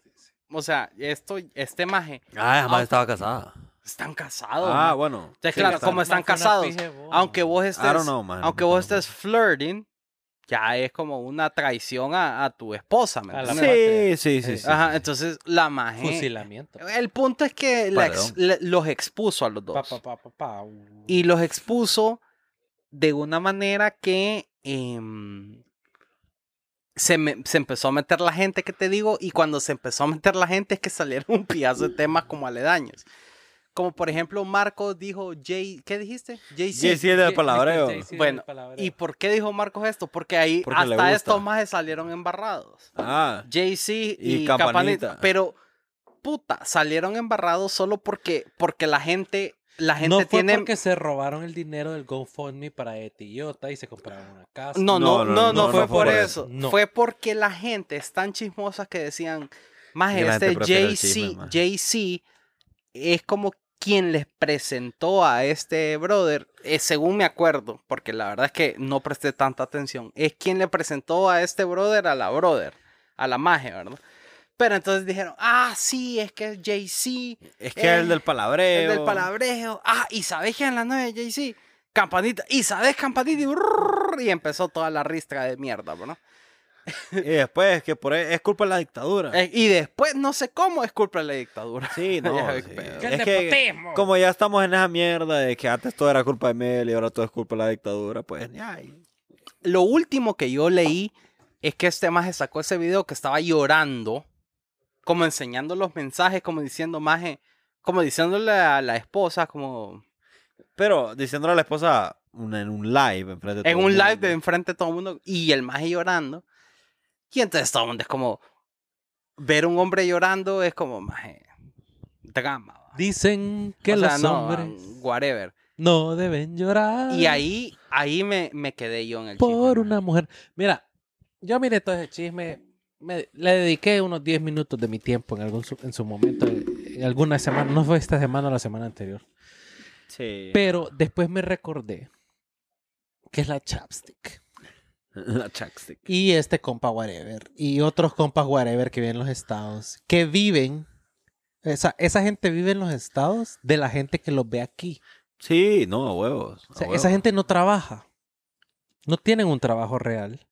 O sea, esto, este maje, Ah, jamás estaba casada. están casados. Ah, maje. bueno. Entonces, Sí, claro, está- como están Más que una casados, pija de boda. aunque vos I estés, don't know, man. aunque No vos tengo- estés flirting, ya es como una traición a, a tu esposa, ¿me A la entiendes? Sí, sí, sí. Sí. sí. eh, Ajá, entonces la maje... Fusilamiento. El punto es que la ex- Perdón. le- los expuso a los Eh, dos. Pa, pa, pa, pa, pa. Y los expuso de una manera que em, se, me- se empezó a meter la gente, que te digo, y cuando se empezó a meter la gente es que salieron un pillazo de temas como aledaños. Como por ejemplo, Marcos dijo, Jay, ¿qué dijiste? Sí, sí, es del palabreo. Bueno, ¿Y y por qué dijo Marcos esto? Porque ahí Porque le hasta gusta. estos más salieron embarrados. Ah, Jay-Z y, Y Campanita. Campanita. Pero, puta, salieron embarrados solo porque, porque la gente, la gente no fue tiene... porque se robaron el dinero del GoFundMe para Etiota y se compraron una casa. No, no, no, no, no fue fue por por eso. eso. No. Fue porque la gente es tan chismosa que decían, más Y la gente este prefiere el chisme, Jay-Z, maje". Jay-Z es como quien les presentó a este brother, eh, según me acuerdo, porque la verdad es que no presté tanta atención, es quien le presentó a este brother a la brother, a la maje, ¿verdad? Pero entonces dijeron, ah, sí, es que es Jay-Z, es que era el del palabreo. el del palabrejo. Ah, y sabes que en la 9 Jay-Z, campanita, y sabes campanita, y, brrrr, y empezó toda la ristra de mierda, ¿no? Y después, que por ahí- es culpa de la dictadura. Eh, y después, no sé cómo es culpa de la dictadura. [LAUGHS] Sí, no. Ya, sí. qué pedo. ¡Qué Es que nepotismo! como ya estamos en esa mierda de que antes todo era culpa de Mel y ahora todo es culpa de la dictadura, pues ya. y- Lo último que yo leí es que este maje sacó ese video que estaba llorando, como enseñando los mensajes, como diciendo maje, como diciéndole a la esposa, como Pero diciéndole a la esposa una- en un live enfrente de en todo el un live mundo. de enfrente de todo el mundo y el maje llorando. Y entonces todo el mundo es como, ver un hombre llorando es como, maje, drama. ¿va? Dicen que O sea, los no, hombres whatever. no deben llorar. Y ahí, ahí me, me quedé yo en el por chisme, una mujer. Mira, yo miré todo ese chisme. me- le dediqué unos 10 minutos de mi tiempo en algún su- en su momento, en alguna semana, no fue esta semana o la semana anterior. Sí. Pero después me recordé que es la chapstick. [LAUGHS] La chapstick. Y este compa whatever. Y otros compas whatever que viven en los estados. Que viven. Esa, esa gente vive en los estados de la gente que los ve aquí. Sí, no, a huevos. a O sea, Ah, huevos. esa gente no trabaja. No tienen un trabajo real.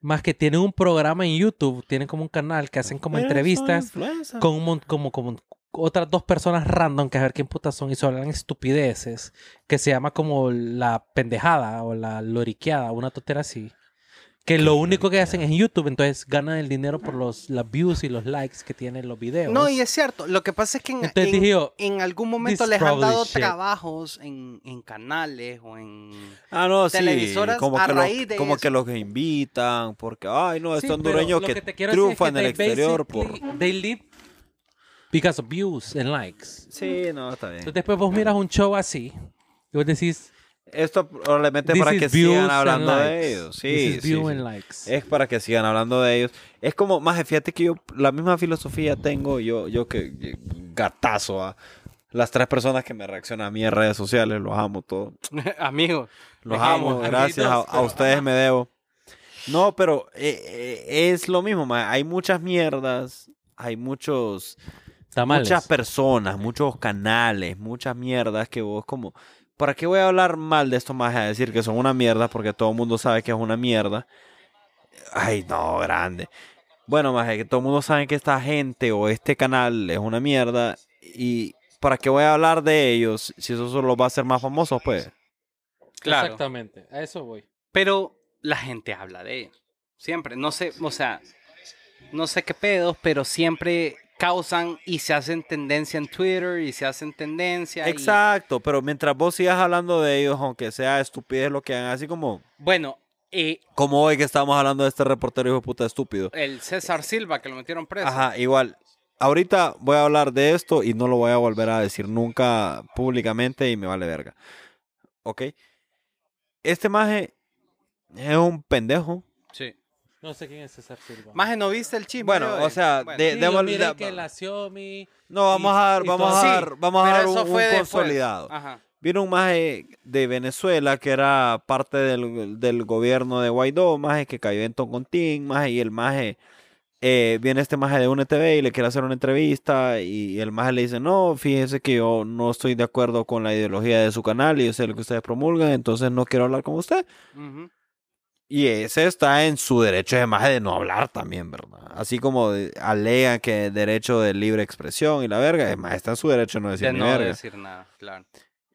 Más que tienen un programa en YouTube, tienen como un canal que hacen como Pero son entrevistas influencers. con un mon- como, como otras dos personas random que a ver quién putas son y solo hablan estupideces que se llama como la pendejada o la loriqueada, una totera así. Que lo único que hacen es YouTube, entonces ganan el dinero por los las views y los likes que tienen los videos. No, y es cierto. Lo que pasa es que en, Entonces en- dije yo, en algún momento "This les han probably dado shit". trabajos en, en canales o en... [LAUGHS] Ah, no, sí. Televisoras como a que, los- raíz de como que eso. los invitan, porque, ay, no, Sí, este pero hondureño lo que, te quiero decir es triunfa en el they exterior por... basically- They live because of views and likes. Sí, no, está bien. Entonces después vos miras un show así y vos decís, Esto probablemente es This para is que views sigan and hablando de likes. ellos. This Sí, is sí, view sí. and likes. Es para que sigan hablando de ellos. Es como, más fíjate que yo la misma filosofía tengo yo, yo que que gatazo a las tres personas que me reaccionan a mí en redes sociales, los amo todos. Amigos. Los Dejamos, amo, amiguitos, gracias. A, a pero- ustedes me debo. No, pero eh, eh, es lo mismo, ma. hay muchas mierdas, hay muchos, Tamales. muchas personas, muchos canales, muchas mierdas que vos como, ¿para qué voy a hablar mal de esto más a decir que son una mierda? Porque todo el mundo sabe que es una mierda. Ay, no, grande. Bueno, más que todo el mundo sabe que esta gente o este canal es una mierda y ¿para qué voy a hablar de ellos si eso solo los va a hacer más famosos, pues? Claro. Exactamente, a eso voy. Pero la gente habla de ellos. Siempre. No sé, o sea, no sé qué pedos, pero siempre causan y se hacen tendencia en Twitter y se hacen tendencia. y- Exacto, pero mientras vos sigas hablando de ellos, aunque sea estupidez lo que hagan, así como, Bueno, eh, como hoy que estábamos hablando de este reportero hijo de puta estúpido. el César Silva que lo metieron preso. Ajá, igual. Ahorita voy a hablar de esto y no lo voy a volver a decir nunca públicamente y me vale verga. ¿Ok? Este maje es un pendejo. Sí. No sé quién es César Silva. Más no viste el chisme. Bueno, brother? o sea, Bueno. de- Sí, yo démosle miré la- que la Xiaomi... No, vamos Y- a dar, y vamos a todo. dar, vamos a pero dar un, eso fue un después. consolidado. Ajá. Vino un maje de Venezuela que era parte del, del gobierno de Guaidó, maje que cayó en Toncontín, maje, y el maje, eh, viene este maje de UNTV y le quiere hacer una entrevista, y el maje le dice, no, fíjese que yo no estoy de acuerdo con la ideología de su canal, y yo sé lo que ustedes promulgan, entonces no quiero hablar con usted. ujú. Y ese está en su derecho de maje de no hablar también, ¿verdad? Así como de- alegan que derecho de libre expresión y la verga, el maje está en su derecho de no decir De ni no verga. decir nada, claro.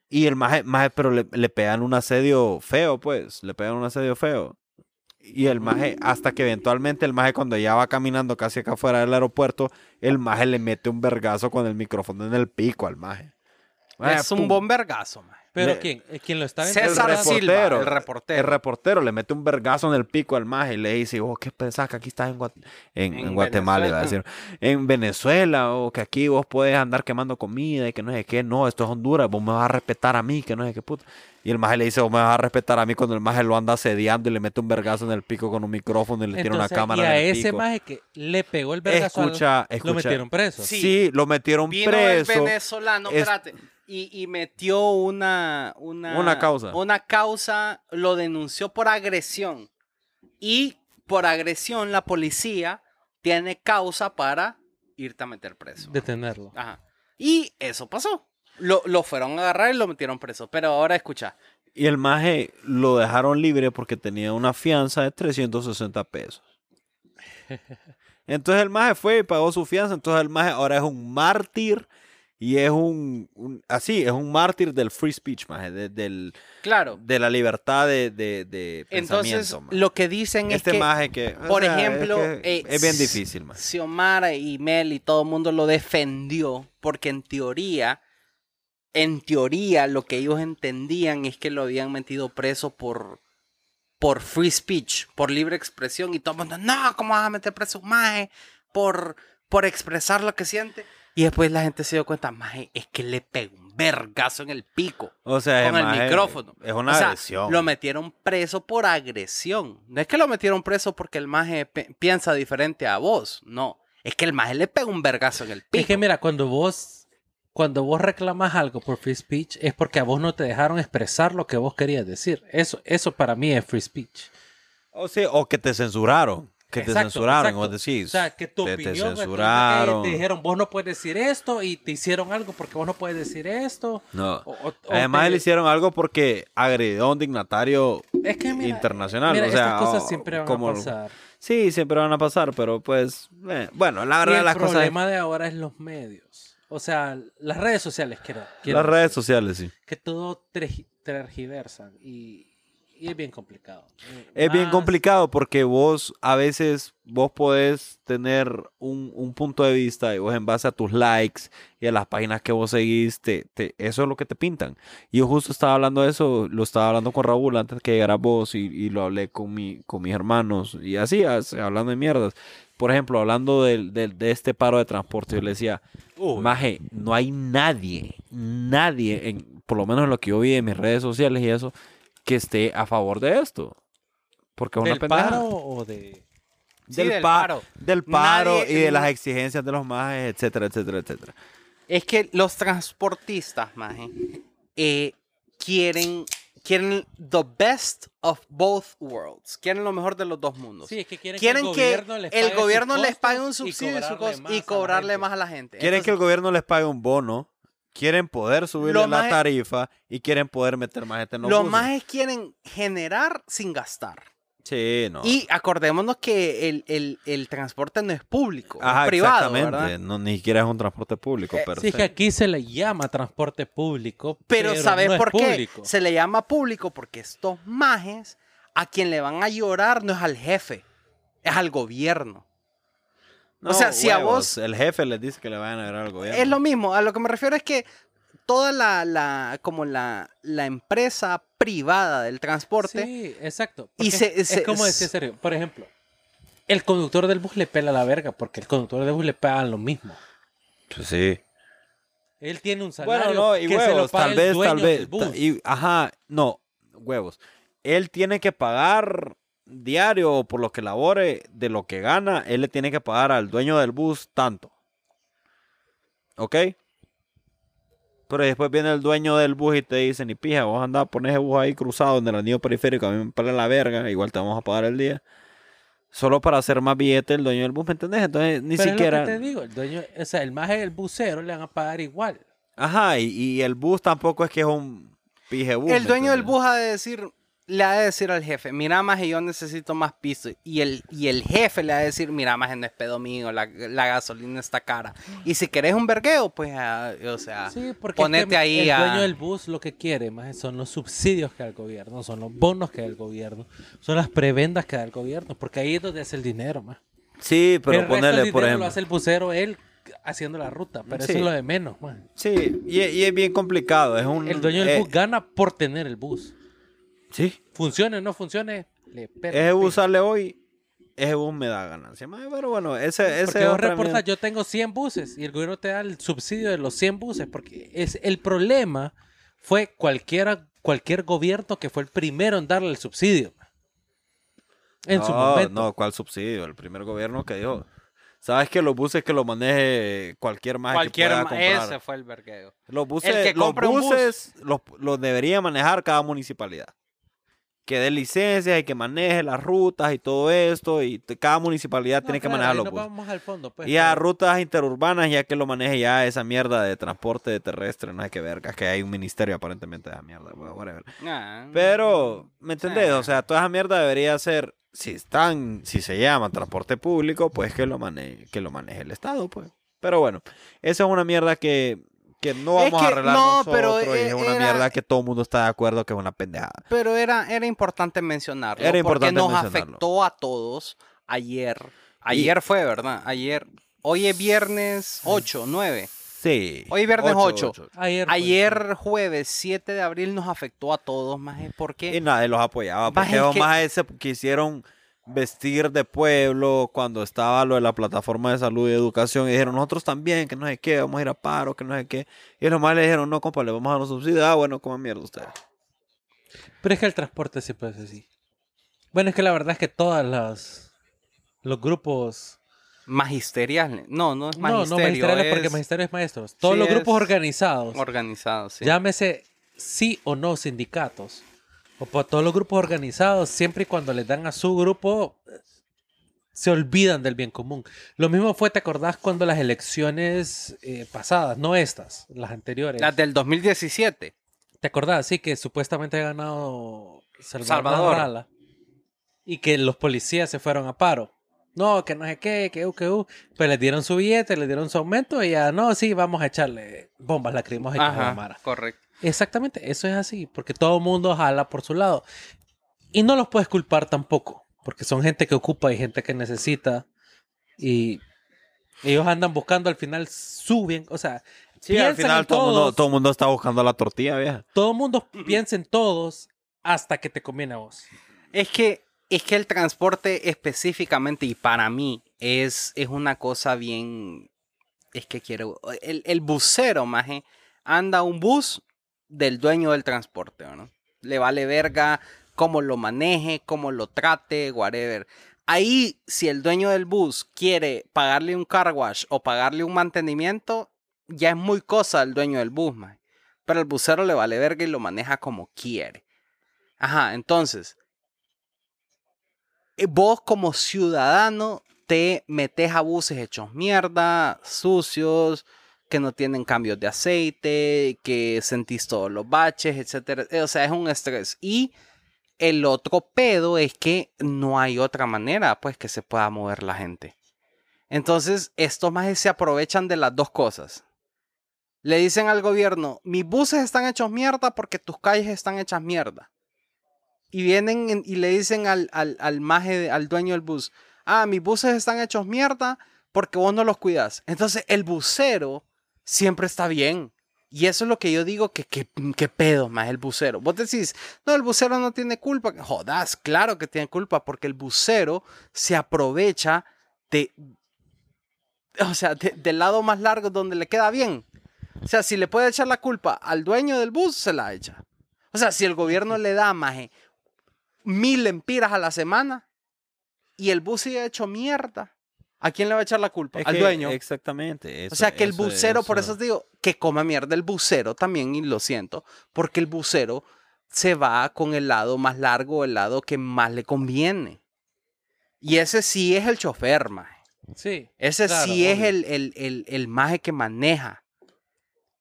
Y el maje, maje, pero le, le pegan un asedio feo, pues. Le pegan un asedio feo. Y el maje, hasta que eventualmente el maje, cuando ya va caminando casi acá afuera del aeropuerto, el maje le mete un vergazo con el micrófono en el pico al maje. Maje, es un Ah, pum. bombergazo, man. ¿Pero Le- quién? Eh, ¿Quién lo está César El vendiendo? reportero. Silva, el El reportero. reportero le mete un vergazo en el pico al maje y le dice, vos qué pensás que aquí estás en, Guat- en, En en Guatemala, iba a Venezuela. decir, en Venezuela, o que aquí vos podés andar quemando comida y que no sé qué, no, esto es Honduras, vos me vas a respetar a mí, que no sé qué puta. Y el maje le dice, vos me vas a respetar a mí cuando el maje lo anda asediando y le mete un vergazo en el pico con un micrófono y le tira una Entonces, cámara y en a el ese pico. maje que le pegó el vergazo al- escucha, escucha. lo metieron preso. Sí, lo metieron Vino el preso. venezolano, Es- espérate. Y, y metió una, una... Una causa. Una causa, lo denunció por agresión. Y por agresión la policía tiene causa para irte a meter preso. Detenerlo. Ajá. Y eso pasó. Lo, lo fueron a agarrar y lo metieron preso. Pero ahora escucha. Y el maje lo dejaron libre porque tenía una fianza de 360 [LAUGHS] pesos. Entonces el maje fue y pagó su fianza. Entonces el maje ahora es un mártir y es un, un- así, es un mártir del free speech, maje, de, del- Claro. de la libertad de, de, de Entonces, pensamiento. maje. lo que dicen este es que... maje que, o por sea, es ejemplo, que eh, es, bien difícil, maje. Xiomara y Mel y todo el mundo lo defendió porque en teoría, en teoría lo que ellos entendían es que lo habían metido preso por, por free speech, por libre expresión y todo el mundo, no, ¿cómo vas a meter preso a un maje por, por expresar lo que siente? Y después la gente se dio cuenta, maje, es que le pegó un vergazo en el pico. O sea, con es el maje- micrófono. Es una O sea, agresión. Lo metieron preso por agresión. No es que lo metieron preso porque el maje pe- piensa diferente a vos. No. Es que el maje le pega un vergazo en el pico. Es que mira, cuando vos cuando vos reclamas algo por free speech es porque a vos no te dejaron expresar lo que vos querías decir. Eso eso para mí es free speech. O, sea, o que te censuraron. Que te Exacto, censuraron, exacto. vos decís. O sea, que tu te, te opinión eh, entonces, que censuraron. te dijeron, "Vos no puedes decir esto" y te hicieron algo porque vos no puedes decir esto. No. O- o- o Además, te- le hicieron algo porque agredió a un dignatario es que mira, internacional. mira, o sea, estas cosas o- siempre van como- a pasar. Sí, siempre van a pasar, pero pues. eh, bueno, la Y verdad, el las cosas. problema de ahora es los medios. O sea, las redes sociales quiero, quiero Las decir. redes sociales, sí. que todo tergi- tergiversan y, y es bien complicado. Es bien Más- complicado porque vos a veces vos podés tener un, un punto de vista y vos en base a tus likes y a las páginas que vos seguís, te- te- eso es lo que te pintan. Y yo justo estaba hablando de eso, lo estaba hablando con Raúl antes que llegara vos y, y lo hablé con, mi, con mis hermanos y así, as- hablando de mierdas. Por ejemplo, hablando del- del- de este paro de transporte, yo le decía, Maje, no hay nadie, nadie, en, por lo menos en lo que yo vi en mis redes sociales y eso, que esté a favor de esto. Porque es una ¿Del pendejada. paro o de...? Sí, pa- del paro. Del paro Nadie- y de las exigencias de los majes, etcétera, etcétera, etcétera. Es que los transportistas, maje, eh, quieren, quieren the best of both worlds. Quieren lo mejor de los dos mundos. Sí, es que quieren, quieren que el gobierno, les, pague sus costos un y subsidio y, su cobrarle cos- más a y la cobrarle gente. más a la gente. Quieren que el Entonces, gobierno les pague un bono, quieren poder subirle Lo la maje- tarifa y quieren poder meter más gente en los los buses. más quieren generar sin gastar. Sí, no. Y acordémonos que el, el- el transporte no es público, Ajá, es privado, exactamente. ¿verdad? No, ni siquiera es un transporte público, Eh, pero Sí, es que aquí se le llama transporte público, Pero, ¿sabes no es por qué? público. Se le llama público porque estos majes a quien le van a llorar no es al jefe, es al gobierno. No, o sea, si a huevos, vos- El jefe les dice que le vayan a ver al gobierno. Es lo mismo, a lo que me refiero es que toda la, la- como la, la empresa privada del transporte, Sí, exacto. Y Y se- se- es como decía Sergio, por ejemplo, el conductor del bus le pela la verga porque el conductor del bus le pagan lo mismo. Pues sí. Él tiene un salario Bueno, no, y que se lo huevos, paga tal el vez, dueño tal del vez. bus. ta- y- ajá, no, huevos. Él tiene que pagar diario por lo que labore, de lo que gana, él le tiene que pagar al dueño del bus tanto. ¿Ok? Pero después viene el dueño del bus y te dice, ni pija, vos andás, pones el bus ahí cruzado en el anillo periférico, a mí me pela la verga, igual te vamos a pagar el día. Solo para hacer más billete el dueño del bus, ¿me entendés? Entonces ni Pero es lo que siquiera... te digo, el dueño, o sea, el maje del bucero le van a pagar igual. Ajá, y, y el bus tampoco es que es un pije bus. el ¿me dueño del entendés? bus ha de decir, le ha de decir al jefe, mira más yo necesito más piso. Y el, y el jefe le ha de decir, mira más no es pedo mío, la, la gasolina está cara. Y si querés un vergueo, pues, ah, o sea, Sí, porque ponete es que ahí el a- dueño del bus lo que quiere más son los subsidios que da el gobierno, son los bonos que da el gobierno, son las prebendas que da el gobierno, porque ahí es donde hace el dinero más. Sí, el pero resto del ponele, dinero por lo ejemplo. hace el bucero él haciendo la ruta, pero Sí. eso es lo de menos, man. Sí, y, y es bien complicado. Es un, El dueño del eh, bus gana por tener el bus. Sí, Funcione o no funcione, le pega. ese bus sale hoy, ese bus me da ganancia. ma, Pero bueno, ese, ese Porque vos otra reportas, mierda. yo tengo 100 buses y el gobierno te da el subsidio de los 100 buses. Porque es el problema fue cualquiera, cualquier gobierno que fue el primero en darle el subsidio. En su No, momento. No, ¿cuál subsidio? El primer gobierno que dio. Sabes que los buses que lo maneje cualquier más cualquier... que pueda ma- comprar. Ese fue el vergueo. Los buses, que los compra un bus. buses los, los debería manejar cada municipalidad. Que dé licencias y que maneje las rutas y todo esto. Y te- cada municipalidad No, tiene que claro, manejar ahí los nos buses. vamos al fondo, pues, y a pero- rutas interurbanas, ya que lo maneje ya esa mierda de transporte terrestre, no hay que verga, que hay un ministerio aparentemente de esa mierda, bueno, whatever. Ah, Pero, ¿me entendés? Ah. O sea, toda esa mierda debería ser, si están, si se llama transporte público, pues que lo maneje, que lo maneje el Estado, pues. Pero bueno, esa es una mierda que, que no Es vamos a que- arreglar no, nosotros pero y es e- una era- mierda que todo el mundo está de acuerdo que es una pendejada. Pero era, era importante mencionarlo. Era porque importante nos mencionarlo. afectó a todos ayer. Ayer fue, ¿verdad? Ayer. Hoy es viernes 8, 9. Sí. Hoy viernes Ocho, ocho. ocho. Ayer. pues, Ayer jueves 7 de abril nos afectó a todos, más porque Y nadie los apoyaba. Maje, Porque es los que- majes se quisieron vestir de pueblo cuando estaba lo de la plataforma de salud y educación. Y dijeron, nosotros también, que no sé qué, vamos a ir a paro, que no sé qué. Y los majes le dijeron, no, compa, le vamos a dar un subsidio. Ah, bueno, coman mierda ustedes. Pero es que el transporte siempre es así. Bueno, es que la verdad es que todas las. Los grupos magisteriales. No, no es No, no magisterio. magisteriales porque es magisterios es maestros. Todos los es- grupos organizados, organizado, sí. llámese sí o no sindicatos, o por todos los grupos organizados, siempre y cuando les dan a su grupo, eh, se olvidan del bien común. Lo mismo fue, ¿te acordás cuando las elecciones eh, pasadas, no estas, las anteriores? Las del 2017. ¿Te acordás? Sí, que supuestamente ha ganado Salvador, Salvador. Narrala. Y que los policías se fueron a paro. No, que no sé qué, que u, que u. Pues les dieron su billete, les dieron su aumento y ya, no, sí, vamos a echarle bombas lacrimógenas a la Ajá, Mara. correcto. Exactamente, eso es así, porque todo el mundo jala por su lado. Y no los puedes culpar tampoco, porque son gente que ocupa y gente que necesita. Y ellos andan buscando al final su bien. O sea, Sí, al piensan final en todo el mundo, todos. todo el mundo está buscando la tortilla, vieja. todo el mundo [CLEARS THROAT] piensa en todos hasta que te conviene a vos. Es que, es que el transporte específicamente, y para mí, es, es una cosa bien... Es que quiero... El, el bucero, maje, anda un bus del dueño del transporte, ¿no? Le vale verga cómo lo maneje, cómo lo trate, whatever. Ahí, si el dueño del bus quiere pagarle un car wash o pagarle un mantenimiento, ya es muy cosa el dueño del bus, maje. Pero el bucero le vale verga y lo maneja como quiere. Ajá, entonces, eh, vos como ciudadano te metes a buses hechos mierda, sucios, que no tienen cambios de aceite, que sentís todos los baches, etcétera. Eh, O sea, es un estrés. Y el otro pedo es que no hay otra manera, pues, que se pueda mover la gente. Entonces, estos más se aprovechan de las dos cosas. Le dicen al gobierno, mis buses están hechos mierda porque tus calles están hechas mierda. Y vienen en- y le dicen al, al, al maje, de- al dueño del bus, ah, mis buses están hechos mierda porque vos no los cuidas. Entonces el bucero siempre está bien. Y eso es lo que yo digo, que qué pedo más el bucero. Vos decís, no, el bucero no tiene culpa. Jodas, claro que tiene culpa porque el bucero se aprovecha de, o sea, de- del lado más largo donde le queda bien. O sea, si le puede echar la culpa al dueño del bus, se la echa. O sea, si el gobierno le da maje mil empiras a la semana y el bus sigue hecho mierda, ¿a quién le va a echar la culpa? Es al que- dueño. Exactamente. O eso- sea que el eso- bucero, por eso digo, que coma mierda el bucero también, y lo siento, porque el bucero se va con el lado más largo, el lado que más le conviene. Y ese sí es el chofer, maje. Sí. Ese Claro, sí es obvio. el, el, el, el maje que maneja.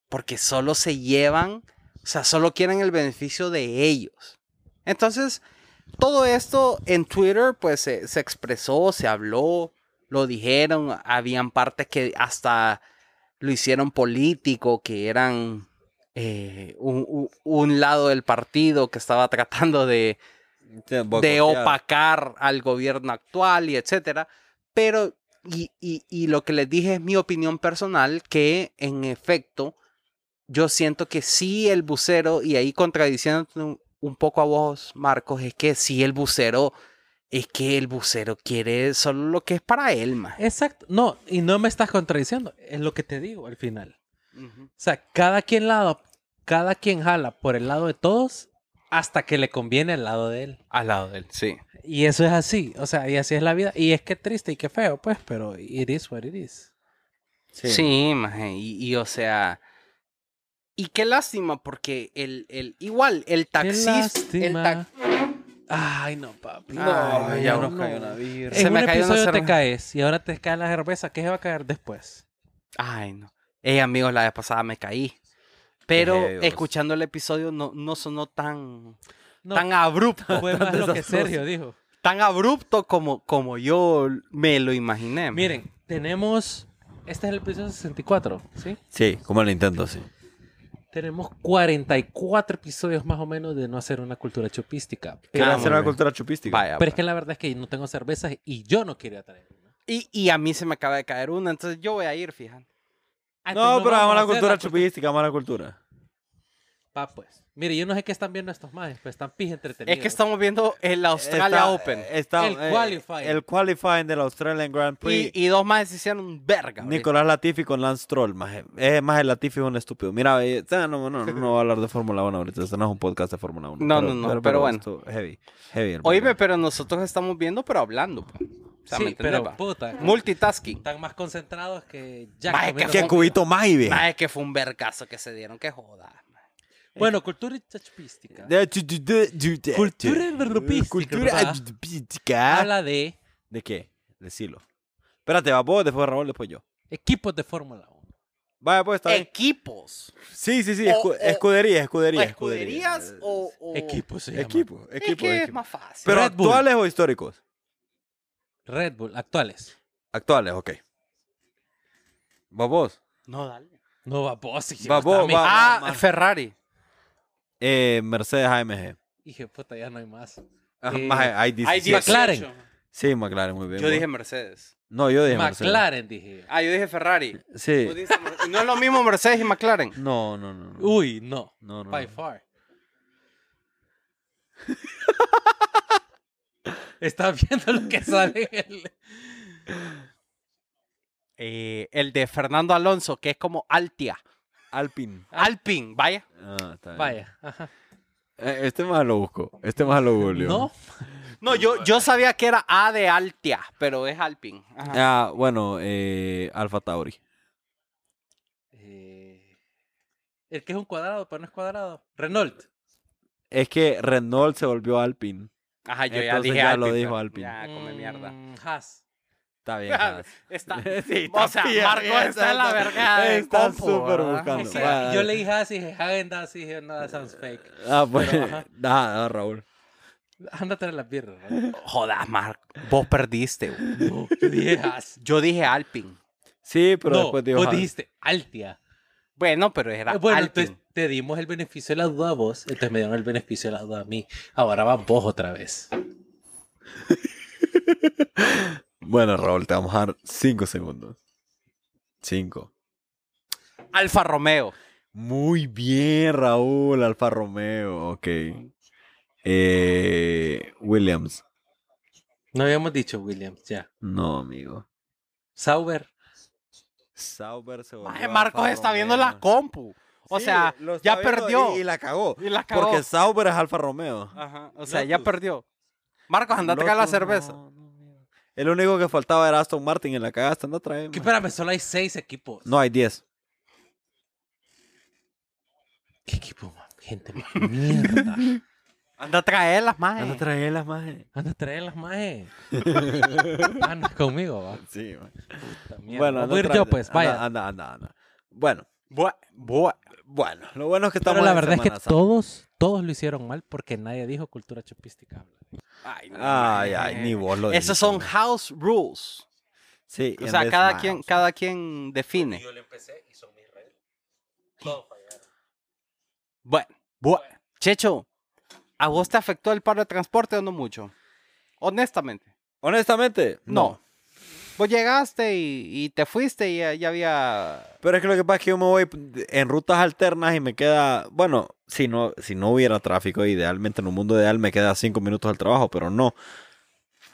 Porque solo se llevan, o sea, solo quieren el beneficio de ellos. Entonces, todo esto en Twitter, pues se, se expresó, se habló, lo dijeron. Habían partes que hasta lo hicieron político, que eran eh, un- un- un lado del partido que estaba [LAUGHS] tratando de, de de boicotear. opacar al gobierno actual y etcétera. Pero, y, y- y lo que les dije es mi opinión personal, que en efecto, yo siento que sí el bucero, y ahí contradiciendo un, un poco a vos, Marcos, es que sí el bucero, es que el bucero quiere solo lo que es para él, más. Exacto. No, y no me estás contradiciendo. Es lo que te digo al final. O sea, cada quien lado, cada quien jala por el lado de todos hasta que le conviene el lado de él. Al lado de él, sí. Y eso es así, o sea, y así es la vida. Y es que es triste y que feo, pues, pero it is what it is. Sí, maje, y, y, o sea. Y qué lástima, porque el, el igual, el taxista. el tax- lástima. Ay, no, papi. No, Ah, Ay, ya no, Eh. nos no. cayó la birra. En Se me un cayó una episodio te cerveza. caes y ahora te cae la cerveza. ¿Qué se va a caer después? Ay, no. Ey, amigos, la vez pasada me caí. Pero heavy, vos. escuchando el episodio no, no sonó tan, No, tan [LAUGHS] abrupto. fue más lo que desastroso. Sergio dijo. Tan abrupto como, como yo me lo imaginé. man. Miren, tenemos... Este es el episodio 64, ¿sí? Sí, como el Nintendo, sí. Tenemos 44 episodios más o menos de no hacer una cultura chopística. Quiero Quiero Ah, hacer hacer una una hombre. cultura chupística. Vaya. Pero es pues. que la verdad es que no tengo cervezas y yo no quería traer una. y, y a mí se me acaba de caer una, entonces yo voy a ir, fíjate. Ah, entonces No, pero vamos vamos a la hacer cultura cultu- chupística, vamos a la cultura. Va, pues. Mire, yo no sé qué están viendo estos majes, pues están pis entretenidos. Es que estamos viendo el Australia Está- eh, Open. está- El qualifying. El qualifying del Australian Grand Prix. y, y dos más se hicieron verga. ahorita. Nicolás Latifi con Lance Troll. Más, más el Latifi es un estúpido. Mira, eh, ah, no, no, no, no voy a hablar de Fórmula 1 ahorita. Esto no es un podcast de Fórmula 1. No, no, no, pero bueno. esto, heavy, heavy. el Oíme, programa. pero nosotros estamos viendo, pero hablando. po. O sea, ¿me Sí, entendés, pero va? puta. Multitasking. Están más concentrados que Jack. Maje, comiendo Qué comida. cubito más, y ve. Ay, que fue un vergazo que se dieron, que joda. man. Bueno, cultura y chachpística. De- tu- tu- tu- tu- tu- Cultura tu- europística, Cultura papá. europística. Habla de ¿De qué? Decilo. Espérate, va vos, después Raúl, después yo. equipos de Fórmula 1. Vaya, pues está bien. Equipos. Sí, sí, sí. Eh, escu- o- o- escudería, escudería. escuderías o, o- Equipos se llama. Equipo, equipo. es que es equipo. más fácil Pero Red Bull. actuales o históricos? Red Bull, actuales. Actuales, ok. ¿Va vos? no dale No, va vos. si Va llevas vos, también. va. ah man. Ferrari Eh, Mercedes AMG. Dije, puta, ya no hay más. Ah, Eh, maje, hay 17. diecisiete. McLaren. Sí, McLaren, muy bien. Yo vos. dije Mercedes. No, yo dije Mercedes. McLaren, dije. Ah, yo dije Ferrari. Vos Sí. dijiste Mer- No es lo mismo Mercedes y McLaren. No, no, no. no. Uy, no. no, Ah. no, Uh, By no. far. Estás viendo lo que sale en el- Eh, el de Fernando Alonso, que es como Altia. Alpine. Alpin, vaya. Ah, está bien. Vaya. ajá. Eh, Este más lo busco. Este más lo googleó. No. No, yo, yo sabía que era A de Altia, pero es Alpin. Ajá. Ah, bueno, eh, Alfa Tauri. Eh, el que es un cuadrado, pero no es cuadrado. Renault. Es que Renault se volvió Alpine. Ajá, yo ya Entonces dije ya Alpin. lo dijo pero- Alpin. Ya, Ah, come mierda. Mm, Haas. [LAUGHS] Está bien. Haas. [LAUGHS] Está, Sí, o sea, también, Marco está, está- en la está- verga de está compu, súper ¿verdad? buscando. O sea, vaya, yo dale. leí Haas y dije, Hagen Dazs", y dije, nada, sounds fake. Ah, pues. Pero, ajá. Nada, ah, Raúl. Ándate a las birras. ¿vale? Jodas, Marco. Vos perdiste. güey. No, yo dije Haas. Yo dije Alpin. Sí, [LAUGHS] pero no, después dijo. vos Haas. dijiste Altia. Bueno, pero era Eh, bueno, Alpin. entonces te dimos el beneficio de la duda a vos, entonces me dieron el beneficio de la duda a mí. Ahora vas vos otra vez. Bueno, Raúl, te vamos a dar 5 segundos. 5. Alfa Romeo. Muy bien, Raúl. Alfa Romeo. Ok. Eh, Williams. No habíamos dicho Williams, ya. No, amigo. Sauber. Sauber se volvió. Maje, Marcos Alfa está viendo Romeo. la compu. O Sí, sea, lo está ya viendo perdió. Y, y la cagó. Y la cagó. Porque Sauber es Alfa Romeo. Ajá, O sea, ya Lotus. perdió. Marcos, andate acá a la Lotus, cerveza. no, no, mira. El único que faltaba era Aston Martin en la cagaste. Anda, trae. Que man. espérame, solo hay seis equipos. No, hay 10. ¿Qué equipo, man? Gente, más mierda. Anda a traerlas, más. Anda, trae las majes. Anda, trae las [LAUGHS] majes. Anda conmigo, va. Sí, man. Puta mierda. voy a ir otra yo, vez. pues, Anda, vaya. Anda, anda, anda. Bueno, bueno, lo bueno es que estamos Pero la en verdad es que Semana Santa. todos, todos lo hicieron mal porque nadie dijo cultura chupística. Ay, no, Ay, maje. ay, ni vos lo dijiste, Esos son man. house rules. Sí, O and sea, this cada man. quien, cada quien define. le empecé y son mis redes. Todos fallaron. Bueno, bueno. Checho, ¿a vos te afectó el paro de transporte o no mucho? Honestamente. Honestamente, no. No. Vos llegaste y, y te fuiste y ya, ya había... Pero es que lo que pasa es que yo me voy en rutas alternas y me queda, bueno, si no, si no hubiera tráfico, idealmente en un mundo ideal me queda cinco minutos al trabajo, pero no.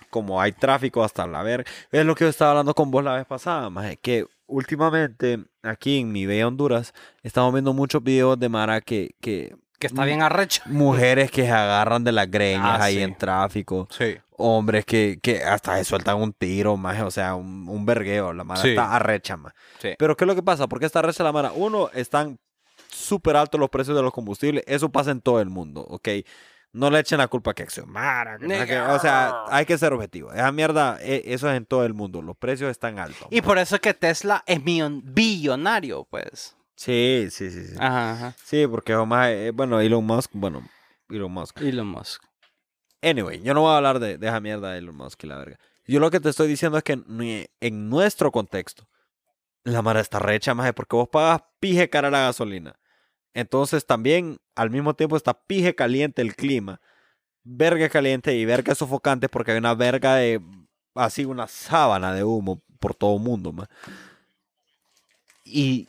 Como hay tráfico hasta la ver, es lo que yo estaba hablando con vos la vez pasada, más es que últimamente aquí en mi bella Honduras estamos viendo muchos videos de Mara que, que Que está bien arrecho. mujeres que se agarran de las greñas Ah, ahí sí. en tráfico. Sí. Hombres que, que hasta se sueltan un tiro, más, o sea, un, un vergueo. La mara Sí. está arrecha, más. Sí. Pero ¿qué es lo que pasa? Porque esta recha la mara, uno, están súper altos los precios de los combustibles. Eso pasa en todo el mundo, ¿ok? No le echen la culpa a que Acción Mara. que no sé qué. o sea, hay que ser objetivo. Esa mierda, e- eso es en todo el mundo. Los precios están altos. Y por eso es que Tesla es millon- billonario, pues. Sí, sí, sí. Sí, Ajá, ajá. sí porque más, bueno, Elon Musk, bueno, Elon Musk. Elon Musk. Anyway, yo no voy a hablar de, de esa mierda de Elon Musk y la verga. Yo lo que te estoy diciendo es que ni- en nuestro contexto, la mara está recha, maje, porque vos pagas pije cara la gasolina. Entonces también, al mismo tiempo, está pije caliente el clima. Verga caliente y verga sofocante porque hay una verga de... Así una sábana de humo por todo mundo, maje. Y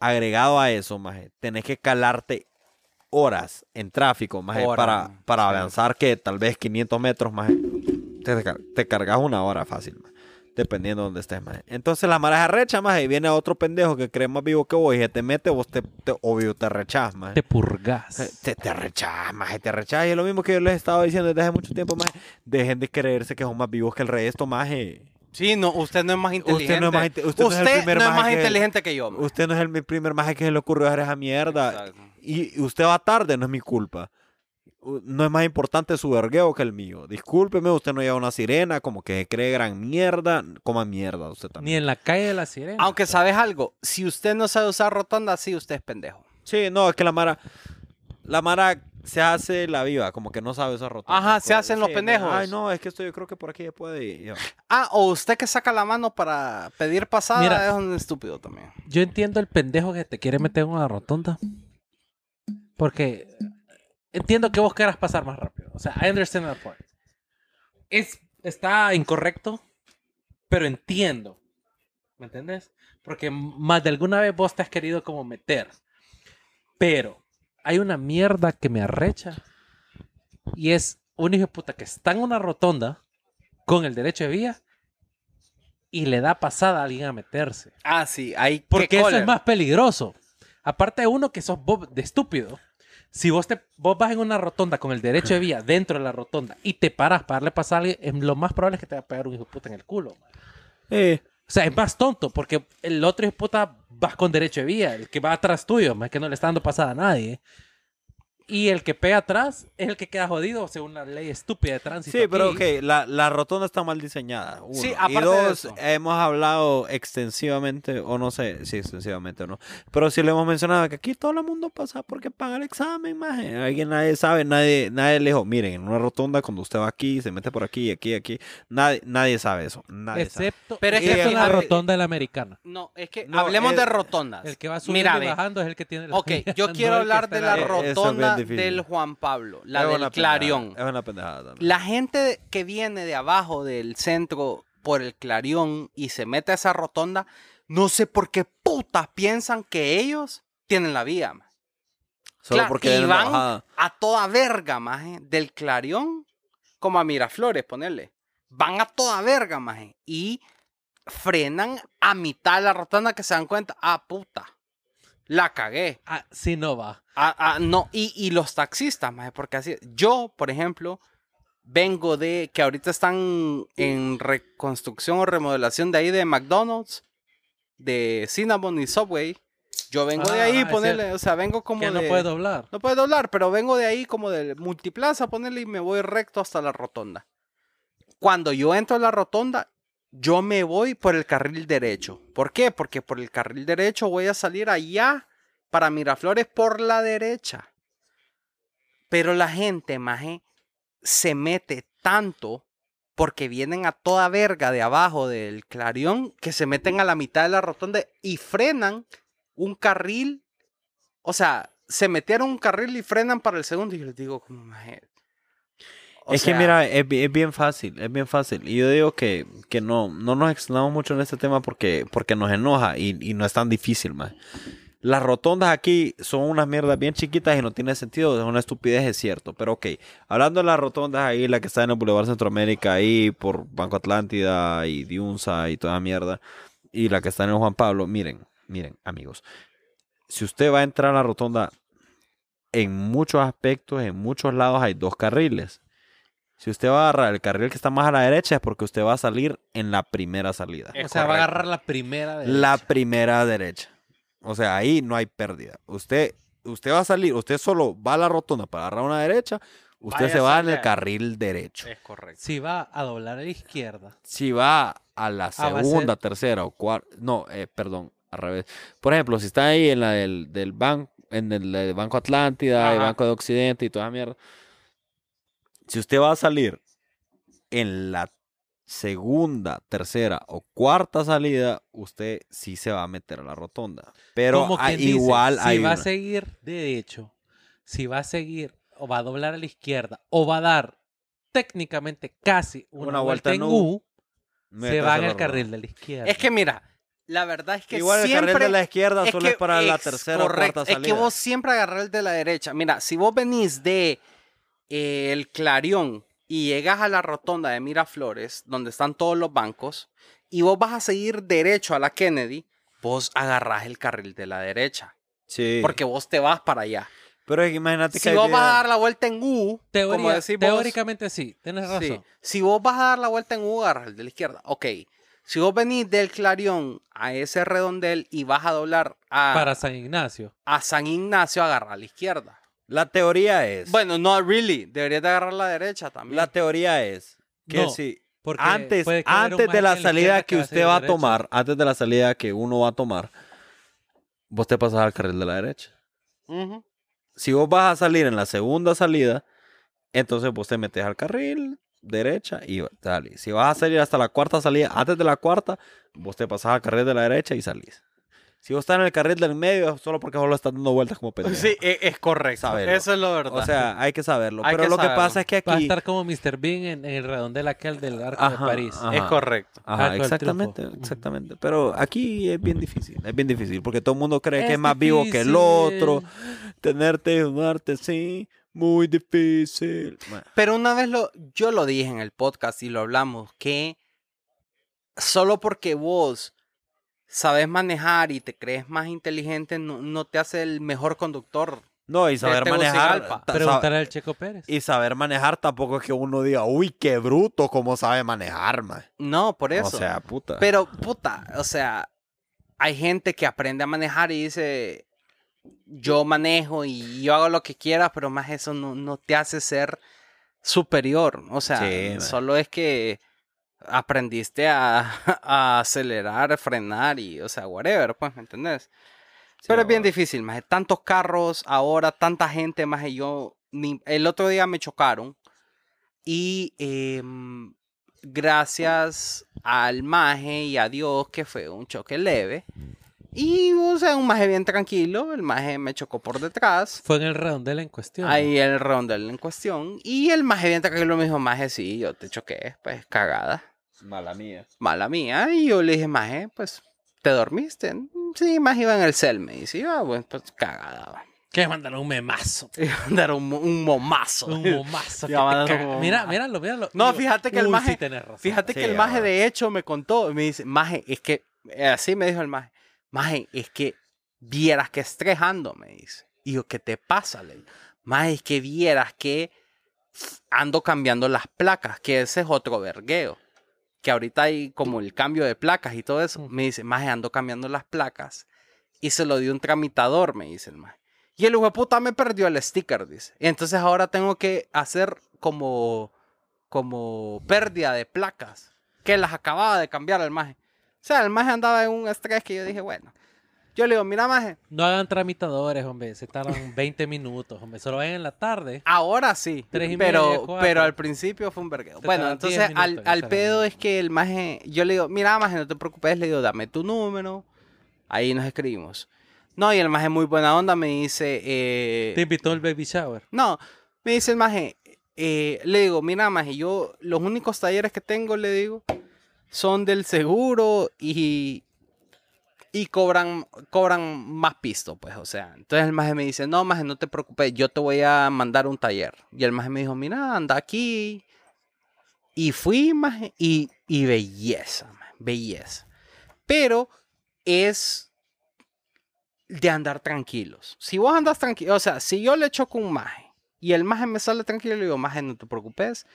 agregado a eso, maje, tenés que calarte horas en tráfico, maje, Horas, para, para sí. avanzar que tal vez 500 metros, maje, te, ca- te cargas una hora fácil, maje, dependiendo de donde estés, maje. Entonces la mara es arrecha, maje, y viene otro pendejo que cree más vivo que vos y se te mete, vos te, te- obvio te rechás, maje. Te purgas. Eh, Te, te arrechás, maje, te arrechás. Y es lo mismo que yo les estaba diciendo desde hace mucho tiempo, maje. Dejen de creerse que son más vivos que el resto, maje. Sí, no, usted no es más Usted no es inteligente. más inte- usted no es el primer no es maje más que- inteligente que yo. man. Usted no es el mi- primer maje que se le ocurrió hacer esa mierda. Exacto. Y usted va tarde, no es mi culpa. U- No es más importante su vergueo que el mío. Discúlpeme, usted no lleva una sirena, como que cree gran mierda, coma mierda usted Ni también. en la calle de la sirena. Aunque sabes algo, si usted no sabe usar rotonda, sí, usted es pendejo. Sí, no, es que la Mara. La Mara se hace la viva, como que no sabe usar rotonda. Ajá, se Como- hacen los sí, pendejos. Ay, no, es que esto yo creo que por aquí se puede. ir". Y yo, Ah, o usted que saca la mano para pedir pasada Mira. es un estúpido también. Yo entiendo el pendejo que te quiere meter en una rotonda. Porque entiendo que vos querás pasar más rápido. O sea, I understand that point. Es, está incorrecto, pero entiendo. ¿Me entendés? Porque más de alguna vez vos te has querido como meter. Pero hay una mierda que me arrecha. Y es un hijo de puta que está en una rotonda con el derecho de vía y le da pasada a alguien a meterse. Ah, sí, hay Porque eso es más peligroso. Aparte de uno que sos vos de estúpido. Si vos, te, vos vas en una rotonda con el derecho de vía dentro de la rotonda y te paras para darle pasada a alguien, em, lo más probable es que te va a pegar un hijo de puta en el culo. man. Eh, O sea, es más tonto porque el otro hijo de puta vas con derecho de vía, el que va atrás tuyo, más que no le está dando pasada a nadie. Y el que pega atrás es el que queda jodido según la ley estúpida de tránsito. sí, pero aquí. ok, la, la rotonda está mal diseñada. uno. Sí, y aparte de dos, eso. hemos hablado extensivamente, o no sé si extensivamente o no, pero sí le hemos mencionado que aquí todo el mundo pasa porque paga el examen, maje. Alguien nadie sabe, nadie, nadie le dijo, miren, en una rotonda cuando usted va aquí, se mete por aquí, aquí, aquí, nadie, nadie sabe eso. Nadie sabe. Excepto, Pero es que excepto en la aquí- rotonda de la americana. No, es que No, hablemos el- de rotondas. El que va subiendo Mira, y ve. bajando es el que tiene la [LAUGHS] [LAUGHS] Ok, yo mierda, no quiero el que hablar está de en la Eh, eso es bien rotonda difícil. del Juan Pablo, la Es del una pendejada, Clarión. Es una pendejada también. La gente que viene de abajo del centro por el Clarión y se mete a esa rotonda, no sé por qué putas piensan que ellos tienen la vía. ma. Solo claro, porque y viene la van- bajada. A toda verga, maje, del Clarión como a Miraflores, ponerle. Van a toda verga, maje, y frenan a mitad de la rotonda que se dan cuenta, ah, puta, la cagué. Ah, sí, no va. Ah, ah, no, y, y los taxistas, maje, porque así, yo, por ejemplo, vengo de, que ahorita están en reconstrucción o remodelación de ahí de McDonald's, de Cinnabon y Subway. Yo vengo de Ah, ahí, es ponerle, cierto. o sea, vengo como Que no de- puede doblar. no puede doblar, pero vengo de ahí como del multiplaza, ponerle y me voy recto hasta la rotonda. Cuando yo entro a la rotonda, yo me voy por el carril derecho. ¿Por qué? Porque por el carril derecho voy a salir allá para Miraflores por la derecha. Pero la gente, maje, se mete tanto porque vienen a toda verga de abajo del clarión que se meten a la mitad de la rotonda y frenan un carril. O sea, se metieron un carril y frenan para el segundo. Y yo les digo, como maje. o es sea, que mira, es, bi- es bien fácil, es bien fácil. Y yo digo que, que no, no nos extendamos mucho en este tema porque, porque nos enoja y, y no es tan difícil, más. Las rotondas aquí son unas mierdas bien chiquitas y no tiene sentido, es una estupidez, es cierto. Pero ok, hablando de las rotondas ahí, la que está en el Boulevard Centroamérica, ahí por Banco Atlántida y Diunza y toda esa mierda, y la que está en el Juan Pablo, miren, miren, amigos, si usted va a entrar a la rotonda, en muchos aspectos, en muchos lados hay dos carriles. Si usted va a agarrar el carril que está más a la derecha es porque usted va a salir en la primera salida. Es o sea, va a correcto. agarrar la primera de La primera derecha. O sea, ahí no hay pérdida. Usted, usted va a salir, usted solo va a la rotonda para agarrar una derecha, usted Vaya se va en sale. el carril derecho. Es correcto. Si va a doblar a la izquierda. Si va a la Ah, va a segunda, ser- tercera o cuarta, no, eh, perdón, al revés. Por ejemplo, si está ahí en la del, del banco, en el, del Banco Atlántida, el Ajá. Banco de Occidente y toda esa mierda. Si usted va a salir en la segunda, tercera o cuarta salida, usted sí se va a meter a la rotonda. Pero Como hay- quien dice, igual si hay va a una. seguir derecho, si va a seguir o va a doblar a la izquierda o va a dar técnicamente casi una, vuelta, en U, se Métase va a en la el rotonda. carril de la izquierda. Es que mira, la verdad es que igual siempre... el carril de la izquierda Es solo que- es para la ex- tercera o correcto. cuarta salida. Es que vos siempre agarrás el de la derecha. Mira, si vos venís de eh, el Clarión y llegas a la rotonda de Miraflores, donde están todos los bancos, y vos vas a seguir derecho a la Kennedy, vos agarrás el carril de la derecha. Sí. Porque vos te vas para allá. Pero es que imagínate que Si hay vos vas a vida. dar la vuelta en U, Teoría- como decís vos, teóricamente sí, tienes razón. Sí. Si vos vas a dar la vuelta en U, agarra el de la izquierda. Ok. Si vos venís del Clarión a ese redondel y vas a doblar ah, a, Para San Ignacio. a San Ignacio, agarra a la izquierda. La teoría es. Bueno, no, really. Deberías de agarrar la derecha también. la teoría es que No, si Porque antes, puede que haber un antes de margen la en izquierda salida que va usted va a seguir derecho. tomar, antes de la salida que uno va a tomar, vos te pasas al carril de la derecha. Ujú. Si vos vas a salir en la segunda salida, entonces vos te metes al carril derecha y salís. Si vas a salir hasta la cuarta salida, antes de la cuarta, vos te pasas al carril de la derecha y salís. Si vos estás en el carril del medio, es solo porque solo estás dando vueltas como pendejo. Sí, e- es correcto. Sabelo. Eso es lo verdad. O sea, hay que saberlo. Hay Pero que lo que saberlo. pasa es que Va a aquí. estar como Mr. Bean en, en el redondel aquel del arco Ajá, de París. ajá. es correcto. Ajá, Arco del exactamente, triunfo. Ujú. exactamente. Pero aquí es bien difícil, es bien difícil, porque todo el mundo cree que Es es más vivo que el difícil. otro. Tenerte y amarte, sí, muy difícil. Bueno, Pero una vez lo, yo lo dije en el podcast y lo hablamos, que solo porque vos sabes manejar y te crees más inteligente, no, no te hace el mejor conductor. No, y saber manejar. Tegucigalpa. ta- sab- Preguntar al Checo Pérez. y saber manejar tampoco es que uno diga, uy, qué bruto, cómo sabe manejar, man. No, por eso. O sea, puta. Pero, puta, o sea, hay gente que aprende a manejar y dice, yo manejo y yo hago lo que quiera, pero más eso no, no te hace ser superior. O sea, Sí, man. solo es que aprendiste a, [LAUGHS] a acelerar, frenar y, o sea, whatever, pues, ¿me entendés? Sí, pero es bien ahora. difícil, más tantos carros ahora, tanta gente, más yo, ni- el otro día me chocaron y... em, gracias al maje y a Dios que fue un choque leve. Y, o sea, un maje bien tranquilo, el maje me chocó por detrás. Fue en el redondel en cuestión. Ahí el rondel en cuestión. Y el maje bien tranquilo me dijo, maje, sí, yo te choqué, pues cagada, Mala mía. mala mía. Y yo le dije, maje, pues, ¿te dormiste? Sí, maje iba en el cel, me dice, ah, bueno, pues cagada. va". [LAUGHS] Que mandaron un memazo. Iba a andar un, mo- un momazo. Un memazo. que Ya te mandaron caga. un Mira, memazo. míralo, míralo. No, Y- fíjate que el Uy, maje- sí tenés razón. Fíjate que Sí, el maje ahora. de hecho me contó, me dice, maje, es que, eh, así me dijo el maje, maje, es que vieras que estrés ando, me dice. Y yo, ¿qué te pasa? Le digo, maje, es que vieras que ando cambiando las placas, que ese es otro vergueo. Que ahorita hay como el cambio de placas y todo eso. Mm. Me dice, maje, ando cambiando las placas. Y se lo dio un tramitador, me dice el maje. Y el hijo de puta me perdió el sticker, dice. Y entonces ahora tengo que hacer como como pérdida de placas que las acababa de cambiar el maje. O sea, el maje andaba en un estrés que yo dije, bueno. Yo le digo, mira, maje, No hagan tramitadores, hombre. Se tardan 20 minutos, hombre. Solo vayan en la tarde. ahora sí. Tres y media, pero, cuatro. pero al principio fue un vergueo. Te Bueno, tardas diez entonces al, minutos en al estar pedo andando. es que el maje, yo le digo, mira, maje, no te preocupes, le digo, dame tu número. Ahí nos escribimos. No, y el maje muy buena onda me dice, eh, Te invitó el baby shower. No, me dice el maje, eh, le digo, mira, maje, yo los únicos talleres que tengo, le digo, son del seguro y, y cobran, cobran más pisto, pues, o sea. Entonces el maje me dice, no, maje, no te preocupes, yo te voy a mandar un taller. Y el maje me dijo, mira, anda aquí. Y fui, maje, y, y belleza, maje, belleza. Pero es de andar tranquilos. Si vos andas tranquilo, o sea, si yo le choco un maje y el maje me sale tranquilo, le digo, maje, no te preocupes,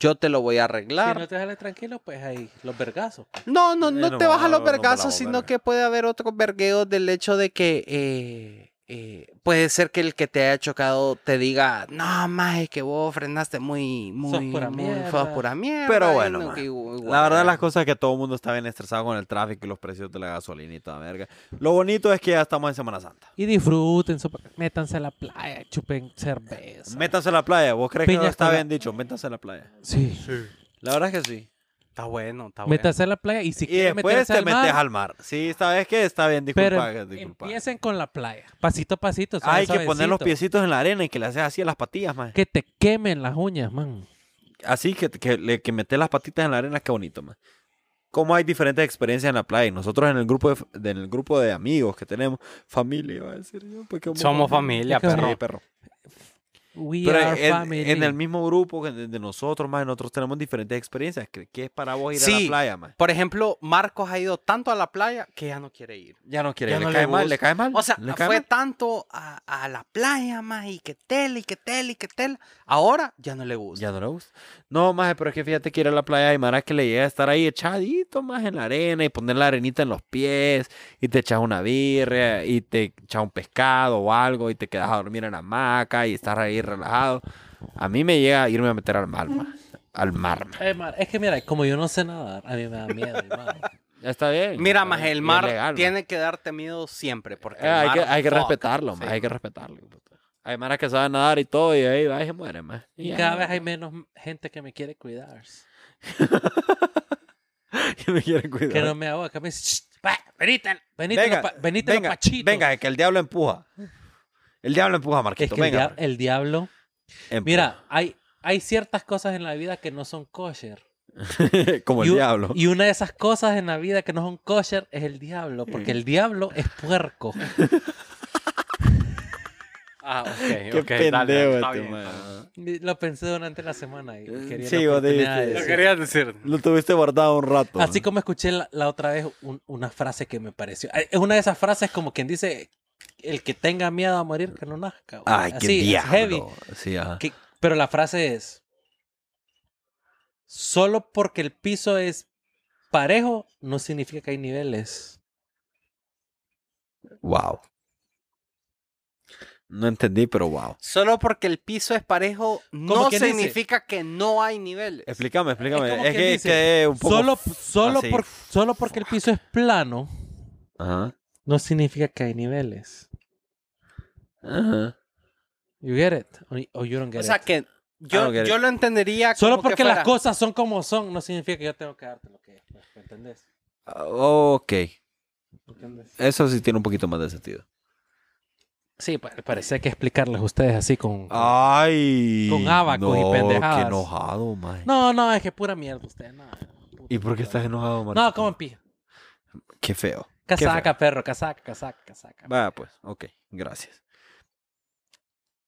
yo te lo voy a arreglar. Si no te sale tranquilo, pues ahí, los vergazos. No, no, Eh, no no te me vas a la- los no me la vergazos, voy a sino verga. que puede haber otros vergueos del hecho de que eh, eh, puede ser que el que te haya chocado te diga, no, más es que vos frenaste muy, muy, pura muy, mierda". sos pura mierda. Pero y bueno, no ma, que igu- La verdad, igual". las cosas es que todo el mundo está bien estresado con el tráfico y los precios de la gasolina y toda verga. Lo bonito es que ya estamos en Semana Santa. Y disfruten, sopa- métanse a la playa, chupen cerveza. Métanse a la playa. ¿Vos crees que Piña no está colada. bien dicho? Métanse a la playa. sí. La verdad es que sí. Está bueno, está bueno. Métanse a la playa y si y quieren después meterse te al mar, metes al mar. Sí, esta vez que está bien, disculpa. pero que- disculpa. empiecen con la playa, pasito a pasito. suave, Hay que poner los suavecito. piecitos en la arena y que le haces así a las patillas, man. Que te quemen las uñas, man. Así que, que, le- que metes las patitas en la arena, qué bonito, man. Cómo hay diferentes experiencias en la playa. Y nosotros en el grupo de, f- en el grupo de amigos que tenemos, familia, iba a decir yo, pues, porque Somos familia, Sí, perro. perro. We Pero are en, family. en el mismo grupo que de, de nosotros, más nosotros tenemos diferentes experiencias. ¿Qué, qué es para vos ir a Sí. la playa, man? Por ejemplo, Marcos ha ido tanto a la playa que ya no quiere ir. Ya no quiere, Ya le, no le cae mal, gusta. le cae mal. O sea, le cae fue mal. tanto a, a la playa, más y que tel, y que tel, y que tel. Ahora ya no le gusta. Ya no le gusta. No, maje, pero es que fíjate que ir a la playa de Mara que le llega a estar ahí echadito más en la arena y poner la arenita en los pies y te echas una birria y te echas un pescado o algo y te quedas a dormir en la hamaca y estás ahí relajado. A mí me llega a irme a meter al mar, ma. Al mar, ma. Eh, man, es que mira, como yo no sé nadar, a mí me da miedo. el [LAUGHS] mar. Ya Está [LAUGHS] bien. Mira, está más bien, el es mar legal, ma. tiene que darte miedo siempre. Porque Eh, hay, el que, mar, hay que fuck. respetarlo, ma. Sí. Hay que respetarlo. puta. Hay maras que saben nadar y todo y ahí va y se mueren, ma. Y Ya. cada vez [LAUGHS] hay menos gente que me quiere cuidar. Que me quieren cuidar. Que no me hago acá. Me dice, "Shh, Va, venite, venite, Venga, lo pa- venite venga, lo pachito. venga, que el diablo empuja. El diablo empuja, Es Marquito. que el, venga. dia- el diablo. empuja. Mira, hay, hay ciertas cosas en la vida que no son kosher. [LAUGHS] Como el y, u- diablo. y una de esas cosas en la vida que no son kosher es el diablo, [LAUGHS] porque el diablo es puerco. Ah, ok, [LAUGHS] Qué ok, dale, pendejo está este, bien. man. Lo pensé durante la semana y quería Eh, Sí, la vos oportunidad de dijiste. Lo decir. quería decir. Lo tuviste guardado un rato. Así como escuché la, la otra vez un- una frase que me pareció. eh, Es una de esas frases como quien dice: el que tenga miedo a morir, que no nazca. güey. Ay, qué Así, es diablo. heavy. Sí, ajá. Que- pero la frase es: Solo porque el piso es parejo, no significa que hay niveles. Wow. No entendí, pero wow. Solo porque el piso es parejo Como no quien dice. significa que no hay niveles. Explícame, explícame. Es como Es, quien que dice, quedé un poco. Solo, solo, así, por- solo porque el piso es plano, Ajá. no significa que hay niveles. Ajá. You get it? Or, or you don't get O sea it. que I yo, don't get yo lo entendería como Solo que porque las fuera- cosas son como son, no significa que yo tengo que darte lo que es. pues, ¿Me entendés? Ah, Ok. ¿Me entendés? Eso sí tiene un poquito más de sentido. Sí, pa- parece que explicarles a ustedes así con... con- Ah. Ay. Con abacos y no, pendejadas. Qué enojado, man. No, no, es que pura mierda ustedes, no. ¿Y por qué estás enojado, man? No, como pija. Qué feo. Casaca, perro, casaca, casaca, casaca. Va, pues. Ok. Gracias.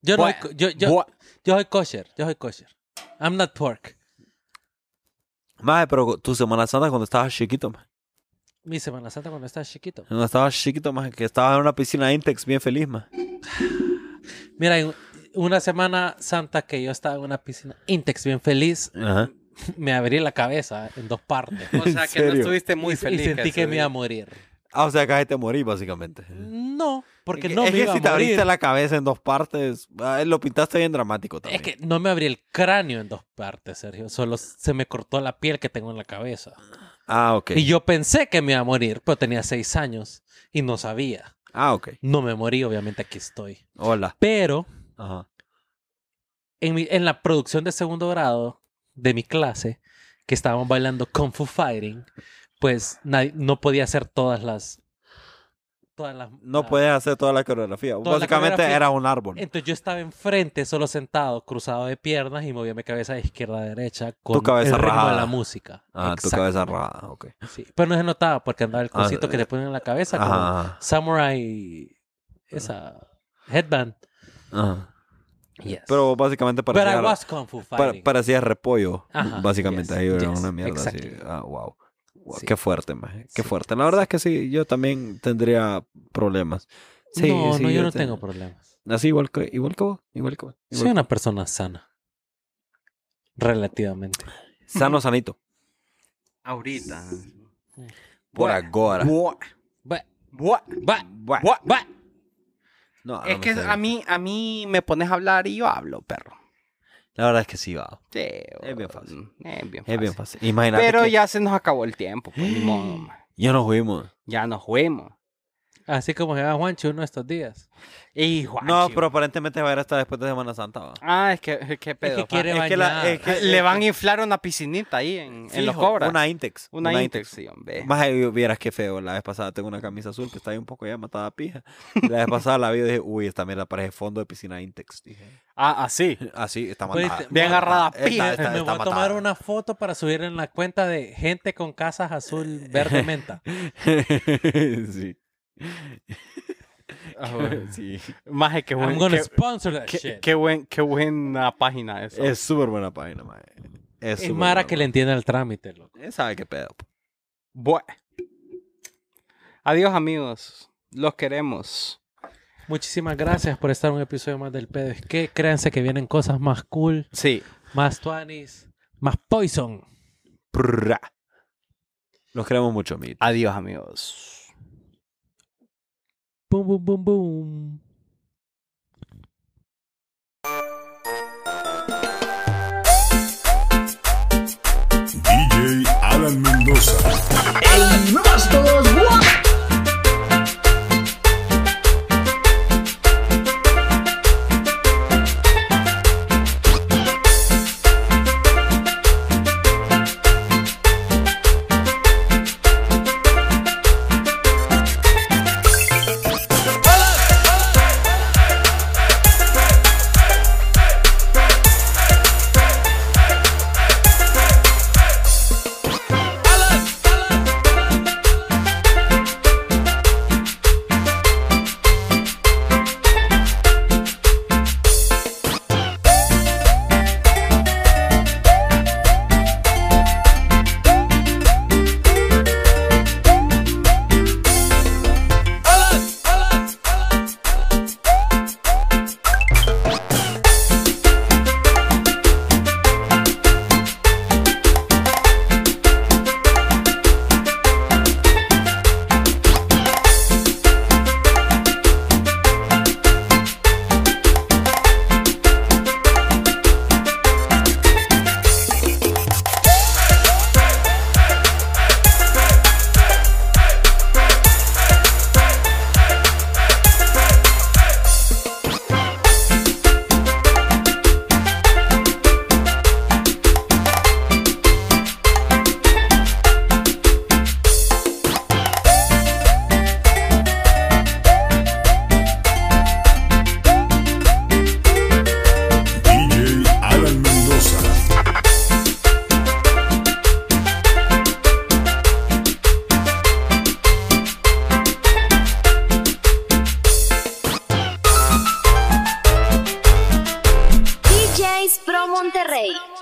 Yo no Bua- soy, yo, yo, Buah, yo soy kosher, yo soy kosher. I'm not pork. Mae, pero tu Semana Santa cuando estabas chiquito, man. Mi Semana Santa cuando estaba chiquito. Cuando estabas chiquito, man, que estabas en una piscina Intex bien feliz, man. Mira, en una Semana Santa que yo estaba en una piscina Intex bien feliz, [LAUGHS] Ajá. me abrí la cabeza en dos partes. O [LAUGHS] sea, ¿En que no serio? estuviste muy y, feliz. y sentí ese que me día. iba a morir. Ah, o sea, acá te morí, básicamente. No, porque Es que- no es me que iba si a te abriste morir. la cabeza en dos partes, ah, lo pintaste bien dramático también. Es que no me abrí el cráneo en dos partes, Sergio. Solo se me cortó la piel que tengo en la cabeza. Ah, ok. Y yo pensé que me iba a morir, pero tenía seis años y no sabía. Ah, ok. No me morí, obviamente aquí estoy. Hola. Pero Ajá. en, mi- en la producción de segundo grado de mi clase, que estábamos bailando Kung Fu Fighting, pues nadie- no podía hacer todas las... Todas las No las- puedes hacer toda la coreografía. Ah. Toda la básicamente coreografía. era un árbol. Entonces yo estaba enfrente, solo sentado, cruzado de piernas y movía mi cabeza de izquierda a derecha con cabeza el ritmo de la rajada. música. Ah, tu Exacto. cabeza rara. Ok. Sí, Pero no se notaba porque andaba el Ah, cosito que le ponen en la cabeza como Ajá. Ah. samurai, esa headband. ajá. Yes. Pero básicamente But I parecía, was kung fu pa- fighting. parecía repollo. Ajá, Básicamente yes, ahí era yes, una mierda así. exactly. Ah, wow. Wow, Sí. Qué fuerte, maje. Qué Sí, fuerte. La verdad es que sí, yo también tendría problemas. Sí, no, sí, no, yo no te- tengo problemas. Así igual que, igual que vos. Igual que vos. Soy una persona sana. Relativamente. Sano, sanito. Ahorita. Por Buah, agora. buah, Buah, buah, buah, Buah. Ah, buah. buah. No, Es no que me sé. a mí, a mí me pones a hablar y yo hablo, perro. La verdad es que sí, va. Sí, Es bien fácil. Es bien fácil. Es bien fácil. Imagínate. Pero que ya se nos acabó el tiempo, pues ni modo, ma. Ya nos fuimos. Ya nos fuimos. Así como se va Juancho uno de estos días. Y Juanchi, No, pero aparentemente va a ir hasta después de Semana Santa. va. Ah, es que, qué pedo. que quiere Es que la- bañar. es que- Ah, Le van a inflar una piscinita ahí en, en los Fijo, cobras. Una Intex. Una Intex, sí, hombre. Más ahí vieras qué feo. La vez pasada tengo una camisa azul que está ahí un poco ya matada a pija. Y La vez pasada la vi y dije, uy, esta mierda parece fondo de piscina Intex. Dije, Ah, así. así, está Pues, matada. bien Está- agarrada a está- pija. está- Me está voy a matada. tomar una foto para subir en la cuenta de gente con casas azul, verde, menta. [LAUGHS] sí. sí. Ah, Más es que I'm buen, gonna qué, sponsor that qué- shit. qué buen, qué buena página esa. Es súper buena página, mae. Es, es súper Mara buena, que le entienda el trámite, loco. mae. Él sabe qué pedo. po. Buah. Adiós, amigos. Los queremos. Muchísimas gracias por estar en un episodio más del pedo. Es que créanse que vienen cosas más cool, Sí. más tuanis, más poison. Prrra. Los queremos mucho, amiguitos. Adiós, amigos. Boom, boom, boom, boom. DJ Alan Mendoza. ¡Ey! ¡Vamos todos! ¡Guau! Hey,